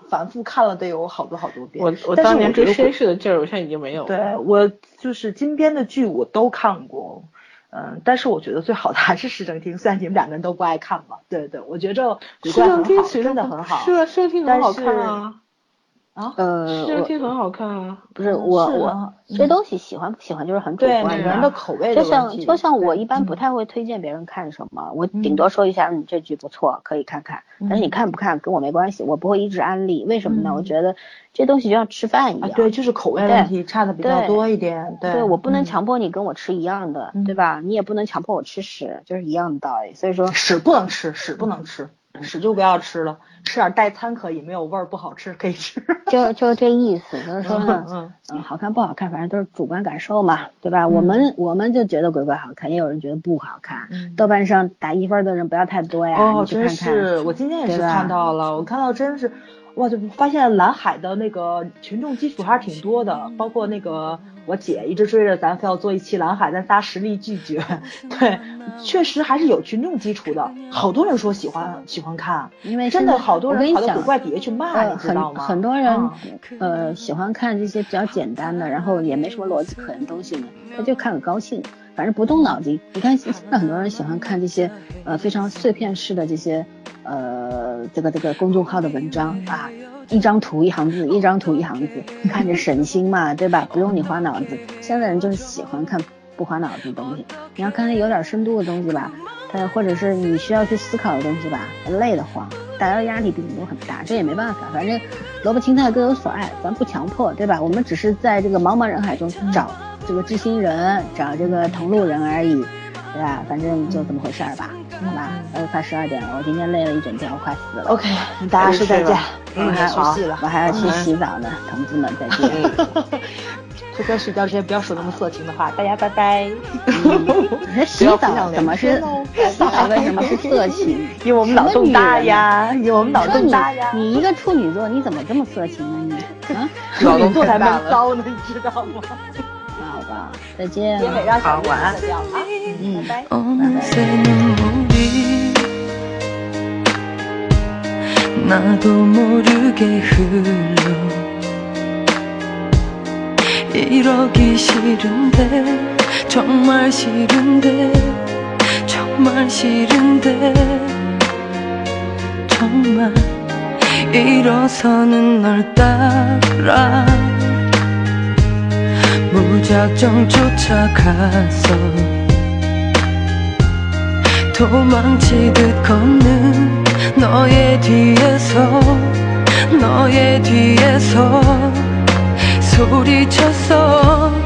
反复看了得有好多好多遍。我我但是当年我觉追得绅士的劲儿，我现在已经没有。对我就是金边的剧我都看过，嗯，但是我觉得最好的还是《市政厅》，虽然你们两个人都不爱看吧。对对，我觉着鬼市怪很政厅好，其实真的不很好是。啊，市政厅很但好看是啊，市呃，政我厅很好看啊。不是嗯我是我啊这东西喜欢不喜欢就是很主对观每个人的的啊口味就的问像题，就像我对一般不太会推荐别人看什么，我顶嗯多说一下，嗯，这剧不错，可以看看。但是你看不看跟我没关系，我不会一直安利。为什么呢？嗯我觉得这东西就像吃饭一啊，样，对，就是口味问题差的比较对多一点。对，对我不能嗯强迫你跟我吃一样的，对吧？你也不能强迫我吃屎，就是一样的道理。所以说，屎不能吃，屎不能吃，屎就不要吃了，吃点代餐可以，没有味儿不好吃可以吃。就就这意思，就是说呢，嗯嗯，好看不好看，反正都是主观感受嘛，对吧？我们我们就觉得鬼怪好看，也有人觉得不好看。嗯豆瓣上打一分的人不要太多呀，哦，你去真看看。是，我今天也是对吧看到了，我看到真是，哇，就发现蓝海的那个群众基础还是挺多的，包括那个我姐一直追着咱非要做一期蓝海，咱仨实力拒绝，哦对，确实还是有群众基础的，好多人说喜欢喜欢看，因为真现在的好多我跟人你跑到讲鬼怪底下去骂，呃，你知道很吗？很多人、嗯呃喜欢看这些比较简单的，然后也没什么逻辑可言的东西呢，他就看个高兴，反正不动脑筋。你看现在很多人喜欢看这些呃非常碎片式的这些呃这个这个公众号的文章啊，一张图一行字，一张图一行字，看着省心嘛，对吧？不用你花脑子。现在人就是喜欢看不花脑子的东西，你要看它有点深度的东西吧，它呃或者是你需要去思考的东西吧，累得慌，大家的压力比你都很大，这也没办法，反嗯正萝卜青菜各有所爱，咱不强迫，对吧？我们只是在这个茫茫人海中找这个知心人，找这个同路人而已，对吧？反正就这么回事儿吧，好吧？嗯呃，快十二点了，我今天累了一整天，我快死了。 OK，大家嗯说再见，我还嗯要熟悉了我还要去洗澡呢，同志们再见。嗯快快睡觉之前不要说那么色情的话，大家拜拜。 [LAUGHS] 你这洗澡怎么是哦洗澡为什么是色 [LAUGHS] 情？因为我们脑洞大呀，因为我们脑说洞你大呀，你一个处女座，你怎么这么色情呢你？啊，处女座才闷骚呢，你知道吗？好吧，再见。结尾让小月晚安睡觉啊，嗯拜拜。 almost 행운이 나도 모르게 흘러 이러기 싫은데 정말 싫은데 정말 싫은데 정말 일어서는 널 따라 무작정 쫓아가서 도망치듯 걷는 너의 뒤에서 너의 뒤에서 소리쳤어 어.